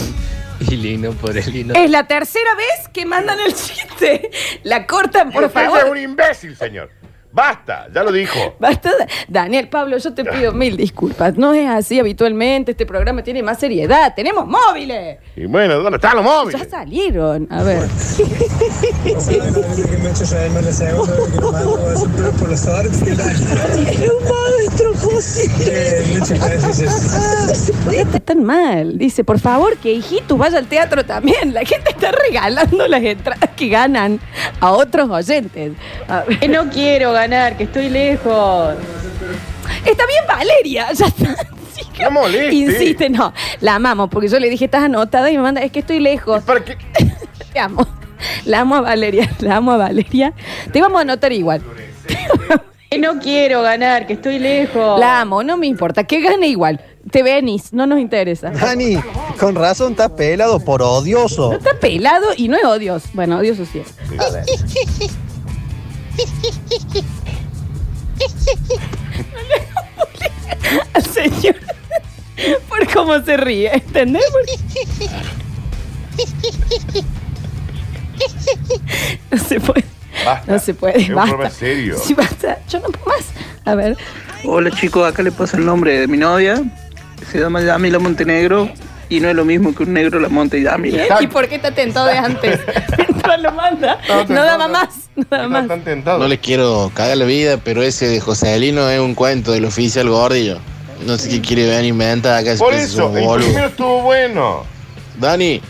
Speaker 7: y Lino por el Lino.
Speaker 2: Es la tercera vez que mandan el chiste. La cortan, por
Speaker 1: Usted
Speaker 2: favor.
Speaker 1: es un imbécil, señor. Basta, ya lo dijo.
Speaker 2: Basta, Daniel, Pablo, yo te pido mil disculpas. No es así habitualmente. Este programa tiene más seriedad. Tenemos móviles.
Speaker 1: Y bueno, ¿dónde están los móviles?
Speaker 2: Ya salieron. A ver.
Speaker 6: Vos sabés la ahorita que me he hecho reír la segunda vez que lo mando el WhatsApp, pero por la suerte que el Dani. Eh, me he hecho caer, es eso.
Speaker 2: Está tan mal. Dice, por favor, que hijitos vaya al teatro también. La gente está regalando las entradas que ganan a otros oyentes. No quiero ganar, que estoy lejos. Está bien, Valeria. Ya está.
Speaker 1: No moleste.
Speaker 2: Insiste, no. La amamos, porque yo le dije, estás anotada y me manda, es que estoy lejos.
Speaker 1: ¿Para qué?
Speaker 2: Te amo. La amo a Valeria, la amo a Valeria. Te vamos a anotar igual. No quiero ganar, que estoy lejos. La amo, no me importa, que gane igual. Te venís, no nos interesa.
Speaker 3: Dani, con razón estás pelado por odioso.
Speaker 2: Está pelado y no es odioso. Bueno, odioso sí es.
Speaker 3: A ver.
Speaker 2: Al señor por cómo se ríe, ¿entendés? No se puede.
Speaker 1: Basta.
Speaker 2: No se
Speaker 7: Es
Speaker 2: puede.
Speaker 7: un
Speaker 2: Basta.
Speaker 7: programa serio.
Speaker 2: Sí, basta. Yo no puedo más. A ver.
Speaker 7: Hola chicos, acá le paso el nombre de mi novia. Se llama Yamila Montenegro y no es lo mismo que un negro la monta y Yamila.
Speaker 2: ¿Y por qué está tentado de antes? Mientras lo manda.
Speaker 7: No, te
Speaker 2: No daba más. No daba más.
Speaker 10: No les quiero cagar la vida, pero ese de José Alino es un cuento del oficial gordillo. No sé qué quiere ver inventar acá.
Speaker 1: Por
Speaker 10: parece
Speaker 1: eso,
Speaker 10: un
Speaker 1: el
Speaker 10: boludo.
Speaker 1: primero estuvo bueno.
Speaker 10: Dani,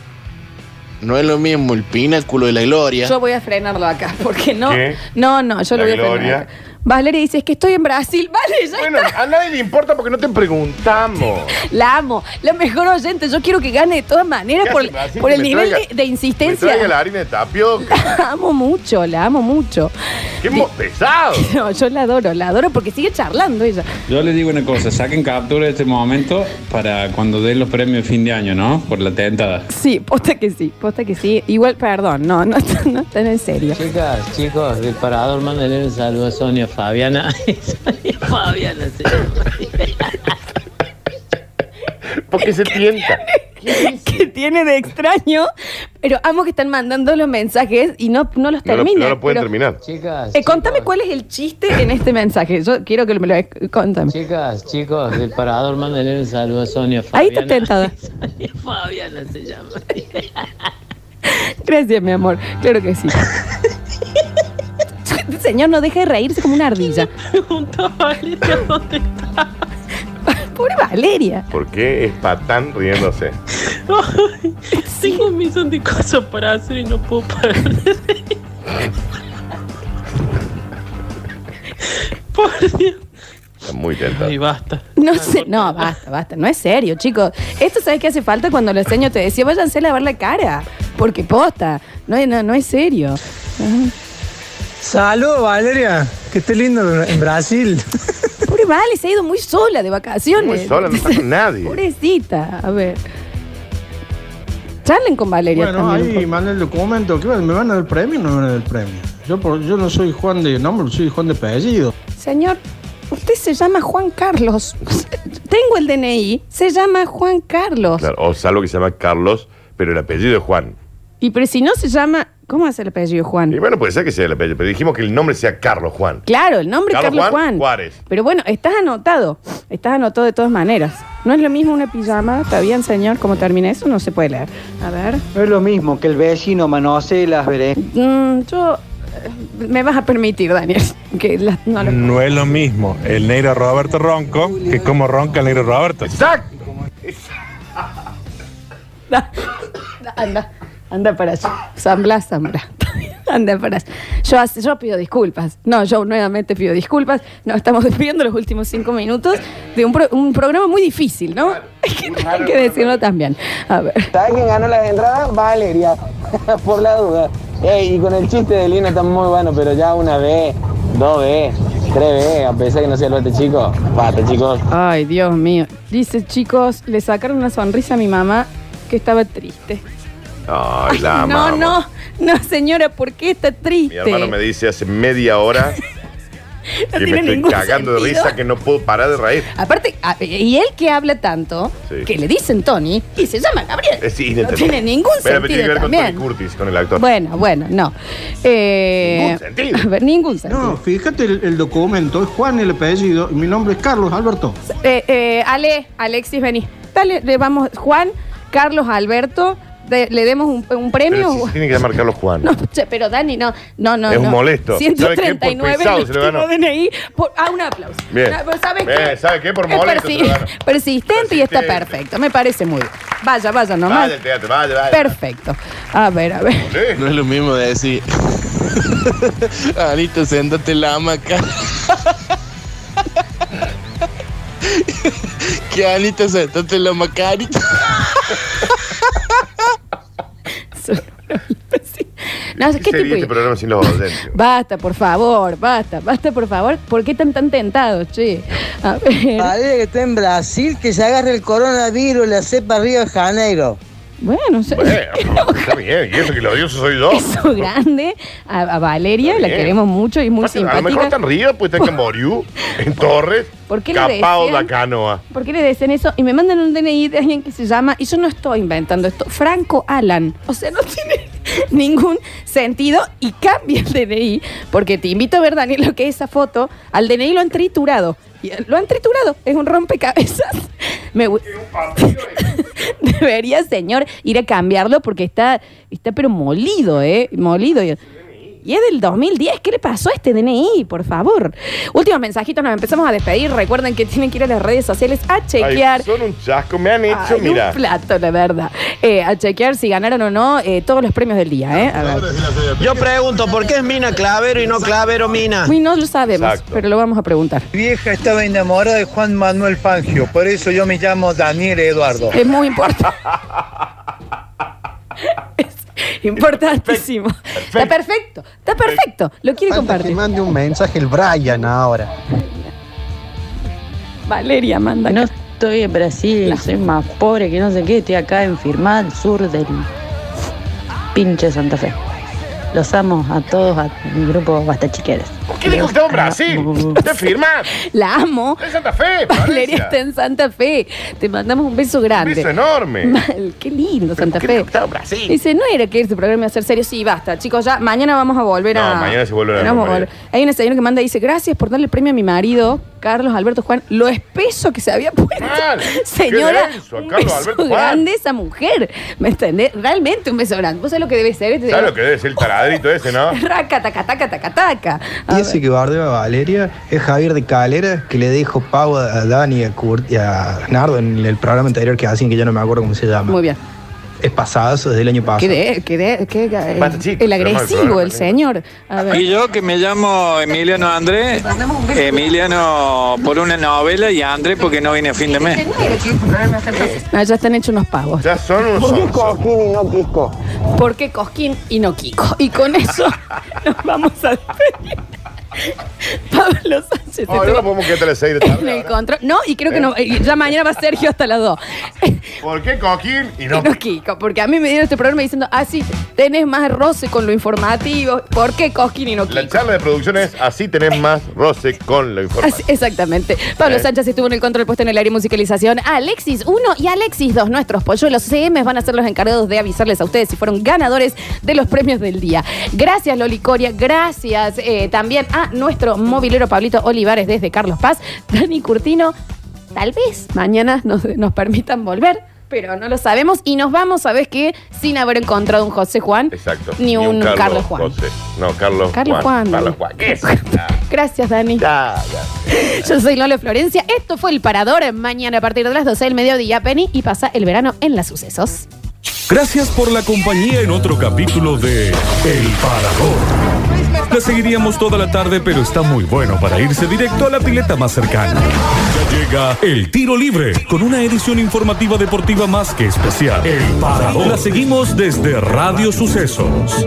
Speaker 10: no es lo mismo el pináculo de la gloria.
Speaker 2: Yo voy a frenarlo acá, porque no.
Speaker 10: ¿Qué?
Speaker 2: No, no, yo lo
Speaker 10: La
Speaker 2: voy a
Speaker 10: gloria.
Speaker 2: frenar. acá. Valeria dice, es que estoy en Brasil. Vale, ya
Speaker 1: Bueno,
Speaker 2: está.
Speaker 1: a nadie le importa porque no te preguntamos.
Speaker 2: La amo, la mejor oyente. Yo quiero que gane de todas maneras
Speaker 1: ¿Qué
Speaker 2: por,
Speaker 1: hace Brasil?
Speaker 2: por
Speaker 1: Que
Speaker 2: el
Speaker 1: me
Speaker 2: nivel
Speaker 1: traiga- Me
Speaker 2: de, de
Speaker 1: traiga la
Speaker 2: insistencia.
Speaker 1: harina de tapioca.
Speaker 2: La amo mucho, la amo mucho.
Speaker 1: ¡Qué mo- pesado!
Speaker 2: No, yo la adoro, la adoro porque sigue charlando ella.
Speaker 11: Yo les digo una cosa, saquen captura de este momento para cuando den los premios de fin de año, ¿no? Por la tentada.
Speaker 2: Sí, posta que sí, posta que sí. Igual, perdón, no, no, está- no está en serio.
Speaker 22: Chicas, chicos, del parador, mándenle un saludo a Sonia Fabiana. Sonia Fabiana, sí.
Speaker 1: Porque se tienta.
Speaker 2: que tiene de extraño, pero amo que están mandando los mensajes y no, no los
Speaker 1: No lo,
Speaker 2: terminan.
Speaker 1: no lo pueden
Speaker 2: pero-
Speaker 1: terminar.
Speaker 2: Eh, contame cuál es el chiste en este mensaje. Yo quiero que me lo ex- contame.
Speaker 22: Chicas, chicos, del parador, mándenle un saludo a Sonia
Speaker 2: Ahí está
Speaker 22: Fabiana.
Speaker 2: tentada.
Speaker 4: Fabiana se llama.
Speaker 2: Gracias, mi amor. Claro que sí. Señor, no deje de reírse como una ardilla.
Speaker 4: Valeria, ¿dónde
Speaker 2: Pobre Valeria.
Speaker 1: ¿Por qué es patán riéndose?
Speaker 4: Ay, Tengo un millón de cosas para hacer y no puedo parar. de reír. Por Dios.
Speaker 1: Está muy tentado.
Speaker 4: Y basta.
Speaker 2: No sé, no, basta, basta, no es serio, chicos. Esto sabes que hace falta cuando la seño te decía, váyanse a lavar la cara, porque posta, no, es- no, no es serio. Ajá.
Speaker 9: Saludos, Valeria. Que esté lindo en Brasil.
Speaker 2: Pobre Vale, se ha ido muy sola de vacaciones.
Speaker 9: Muy sola, no está con nadie.
Speaker 2: Pobrecita, a ver. Charlen con Valeria
Speaker 9: Bueno,
Speaker 2: también. un
Speaker 9: ahí mandé el documento. ¿Qué, ¿Me van a dar el premio o no me van a dar el premio? Yo, por- yo no soy Juan de nombre, soy Juan de apellido.
Speaker 2: poco. Señor, usted se llama Juan Carlos. Tengo el DNI, se llama Juan Carlos.
Speaker 1: Claro, o salvo que se llama Carlos, pero el apellido es Juan.
Speaker 2: Y pero si no se llama, ¿cómo es el apellido Juan?
Speaker 1: Y bueno, puede ser que sea el apellido, pero dijimos que el nombre sea Carlos Juan.
Speaker 2: Claro, el nombre es Carlos Juan.
Speaker 1: Juárez.
Speaker 2: Pero bueno, estás anotado. Estás anotado de todas maneras. No es lo mismo una pijama, ¿está bien, señor? ¿Cómo termina eso? No se puede leer. A ver.
Speaker 5: No es lo mismo que el vecino manose las veré.
Speaker 2: Mm, yo. eh, Me vas a permitir, Daniel, que las- no lo-
Speaker 23: No es lo mismo el negro Roberto Ronco que como ronca el negro Roberto.
Speaker 1: ¡Exacto!
Speaker 2: Anda, anda para allá. Zambla, zambla. Anda para allá. Yo, hace- yo pido disculpas. No, yo nuevamente pido disculpas. Nos estamos despidiendo los últimos cinco minutos de un, pro- un programa muy difícil, ¿no? Hay que decirlo también. A ver.
Speaker 9: ¿Sabes quién ganó las entradas? Valeria, por la duda. Ey, y con el chiste de Lina está muy bueno, pero ya una vez, dos veces, tres veces, a pesar que no sea lo este chico. Basta, chicos.
Speaker 2: Ay, Dios mío. Dice, chicos, le sacaron una sonrisa a mi mamá que estaba triste.
Speaker 1: Ay, la
Speaker 2: no,
Speaker 1: amamos.
Speaker 2: no, no, señora, ¿por qué está triste?
Speaker 1: Mi hermano me dice hace media hora que
Speaker 2: tiene
Speaker 1: me estoy
Speaker 2: ningún
Speaker 1: cagando de
Speaker 2: sentido.
Speaker 1: risa que no puedo parar de reír.
Speaker 2: Aparte, a- y él que habla tanto,
Speaker 1: Sí.
Speaker 2: que le dicen Tony y se llama Gabriel.
Speaker 1: Es
Speaker 2: no
Speaker 1: inentendible.
Speaker 2: tiene ningún
Speaker 1: Pero
Speaker 2: sentido
Speaker 1: tiene que ver
Speaker 2: también.
Speaker 1: con Tony Curtis, con el actor.
Speaker 2: Bueno, bueno, no. Eh,
Speaker 9: Ningún sentido.
Speaker 2: a ver, ningún sentido.
Speaker 9: No, fíjate el, el documento, es Juan el apellido, y mi nombre es Carlos Alberto.
Speaker 2: Eh, eh, Ale, Alexis, vení. Dale, le vamos, Juan, Carlos, Alberto, de- le demos un, un premio.
Speaker 1: Pero si se tiene que llamar Carlos Juan.
Speaker 2: No, che, pero Dani, no, no, no.
Speaker 1: Es un
Speaker 2: no.
Speaker 1: molesto. ¿Sabe qué? Por
Speaker 2: 139
Speaker 1: pesado
Speaker 2: el
Speaker 1: se lo ganó.
Speaker 2: último DNI. Por, ah, un aplauso.
Speaker 1: Bien.
Speaker 2: Una- pero ¿Sabe
Speaker 1: Bien,
Speaker 2: qué?
Speaker 1: ¿sabe qué? Por
Speaker 2: Es
Speaker 1: molesto se lo
Speaker 2: persi-
Speaker 1: ganó.
Speaker 2: persistente y está perfecto. Me parece muy bien. Vaya, vaya nomás.
Speaker 1: Vaya, teatro, vaya, vaya.
Speaker 2: Perfecto. A ver, a ver.
Speaker 10: No es lo mismo de decir. Alito, séntate en la hamaca. que Anita, séntate en la macarita.
Speaker 2: No, ¿qué
Speaker 1: sería
Speaker 2: tipo
Speaker 1: este programa sin los oyentes?
Speaker 2: Basta, por favor, basta, basta, por favor. ¿Por qué están tan tentados, che? A ver.
Speaker 12: Valeria que está en Brasil, que se agarre el coronavirus, la cepa Río de Janeiro.
Speaker 2: Bueno, se-
Speaker 1: Bueno, está bien, y eso que lo odioso soy yo.
Speaker 2: beso grande a, a Valeria,
Speaker 1: Está
Speaker 2: la
Speaker 1: bien.
Speaker 2: queremos mucho y muy
Speaker 1: A lo mejor
Speaker 2: simpática.
Speaker 1: está en Río, pues está en Camboriú, en Torres,
Speaker 2: ¿Por qué le
Speaker 1: Capao
Speaker 2: decían?
Speaker 1: da Canoa.
Speaker 2: ¿Por qué le dicen eso? Y me mandan un DNI de alguien que se llama, y yo no estoy inventando esto, Franco Alan. O sea, no tiene ningún sentido y cambia el DNI, porque te invito a ver, Daniel, lo que es esa foto. Al DNI lo han triturado. Y eh, Lo han triturado, es un rompecabezas. Me gu- Debería, señor, ir a cambiarlo porque está, está pero molido, ¿eh? Molido. Y- Y es del 2010. ¿Qué le pasó a este DNI? Por favor. Últimos mensajitos, nos empezamos a despedir. Recuerden que tienen que ir a las redes sociales a chequear.
Speaker 1: Ay, son un chasco, me han hecho,
Speaker 2: Ay,
Speaker 1: mira.
Speaker 2: un plato, la verdad. Eh, a chequear si ganaron o no eh, todos los premios del día, ¿eh? A ver.
Speaker 24: Yo pregunto, ¿por qué es Mina Clavero y no Clavero Mina?
Speaker 2: Uy, no lo sabemos, pero lo vamos a preguntar.
Speaker 9: Mi vieja estaba enamorada de Juan Manuel Fangio, por eso yo me llamo Daniel Eduardo.
Speaker 2: Es muy importante. es importantísimo. Está perfecto, está perfecto. Lo quiere compartir.
Speaker 9: mande un mensaje el Brian ahora.
Speaker 2: Valeria manda.
Speaker 13: No estoy en Brasil, soy más pobre que no sé qué, estoy acá en Firmat, sur del pinche Santa Fe.
Speaker 25: Los amo a todos, a mi grupo Basta Chiqueres.
Speaker 1: ¿Qué dijo que estaba en Brasil? ¿Te firmas?
Speaker 2: La amo.
Speaker 1: En Santa Fe,
Speaker 2: Valeria
Speaker 1: Florencia.
Speaker 2: está en Santa Fe. Te mandamos un beso grande.
Speaker 1: beso enorme.
Speaker 2: Mal, qué lindo
Speaker 1: ¿por
Speaker 2: Santa
Speaker 1: qué
Speaker 2: Fe.
Speaker 1: no está en Brasil?
Speaker 2: Dice, no era que irse programa a hacer serio. Sí, basta, chicos, ya mañana vamos a volver a.
Speaker 1: No, mañana se vuelve a la
Speaker 2: Mañana vamos
Speaker 1: normalidad.
Speaker 2: volver. Hay una señora que manda y dice, gracias por darle el premio a mi marido, Carlos Alberto Juan, lo espeso que se había puesto. Señora,
Speaker 1: Qué denso, a
Speaker 2: un
Speaker 1: Carlos
Speaker 2: beso
Speaker 1: Alberto Juan.
Speaker 2: grande esa mujer. ¿Me entendés? Realmente un beso grande. ¿Vos sabés lo que debe ser?
Speaker 1: ¿Sabes lo que debe ser el taradrito ese, no?
Speaker 2: Raca, taca, taca, taca, taca.
Speaker 8: Y ese que bardea a Valeria es Javier de Calera, que le dijo pavo a Dani y a, Kurt, y a Nardo en el programa anterior que hacían, que yo no me acuerdo cómo se llama.
Speaker 2: Muy bien.
Speaker 8: Es pasadazo desde el año pasado.
Speaker 2: ¿Qué de, qué de- qué- eh,
Speaker 8: Basta,
Speaker 2: el,
Speaker 8: chicos,
Speaker 2: el
Speaker 8: pero no el
Speaker 2: agresivo,
Speaker 8: programa,
Speaker 2: el señor. A ver.
Speaker 6: Y yo que me llamo Emiliano André, Emiliano por una novela y André porque no viene a fin de mes.
Speaker 2: Ah, ya están hechos unos pavos.
Speaker 1: Ya son unos
Speaker 2: ¿Por qué Cosquín y no Kiko? ¿Por qué Cosquín y no Kiko? Y con eso nos vamos a despedir. Pablo Sánchez.
Speaker 1: Ahora
Speaker 2: estuvo
Speaker 1: no podemos quedar a las seis de la
Speaker 2: en
Speaker 1: tarde.
Speaker 2: el control. No, y creo que no. eh, Ya mañana va Sergio hasta las 2.
Speaker 1: ¿Por qué Coquín y
Speaker 2: Y
Speaker 1: no?
Speaker 2: no Kiko, porque a mí me dieron este programa diciendo, ah, sí, tenés más roce con lo informativo. ¿Por qué Cosquín y no Kiko?
Speaker 1: La charla de producción es así tenés más roce con la información.
Speaker 2: Así- exactamente. Pablo
Speaker 1: Eh.
Speaker 2: Sánchez estuvo en el control puesto en el área de musicalización. Alexis 1 y Alexis 2, nuestros polluelos CM van a ser los encargados de avisarles a ustedes si fueron ganadores de los premios del día. Gracias, Loli Coria. Gracias eh, también a nuestro movilero Pablito Olivares desde Carlos Paz. Dani Curtino, tal vez mañana nos, nos permitan volver. Pero no lo sabemos y nos vamos, ¿sabes qué? Sin haber encontrado un José Juan.
Speaker 1: Exacto.
Speaker 2: Ni un Carlos Juan.
Speaker 1: José. No, Carlos,
Speaker 2: Carlos
Speaker 1: Juan.
Speaker 2: Juan.
Speaker 1: Carlos Juan. ¿Qué es? Ya,
Speaker 2: Gracias, Dani.
Speaker 1: ya, ya.
Speaker 2: Yo soy Lola Florencia. Esto fue El Parador. Mañana a partir de las 12 del mediodía, Penny, y pasa el verano en las sucesos.
Speaker 10: Gracias por la compañía en otro capítulo de El Parador. La seguiríamos toda la tarde, pero está muy bueno para irse directo a la pileta más cercana. Ya llega El Tiro Libre, con una edición informativa deportiva más que especial. El Parador. La seguimos desde Radio Sucesos.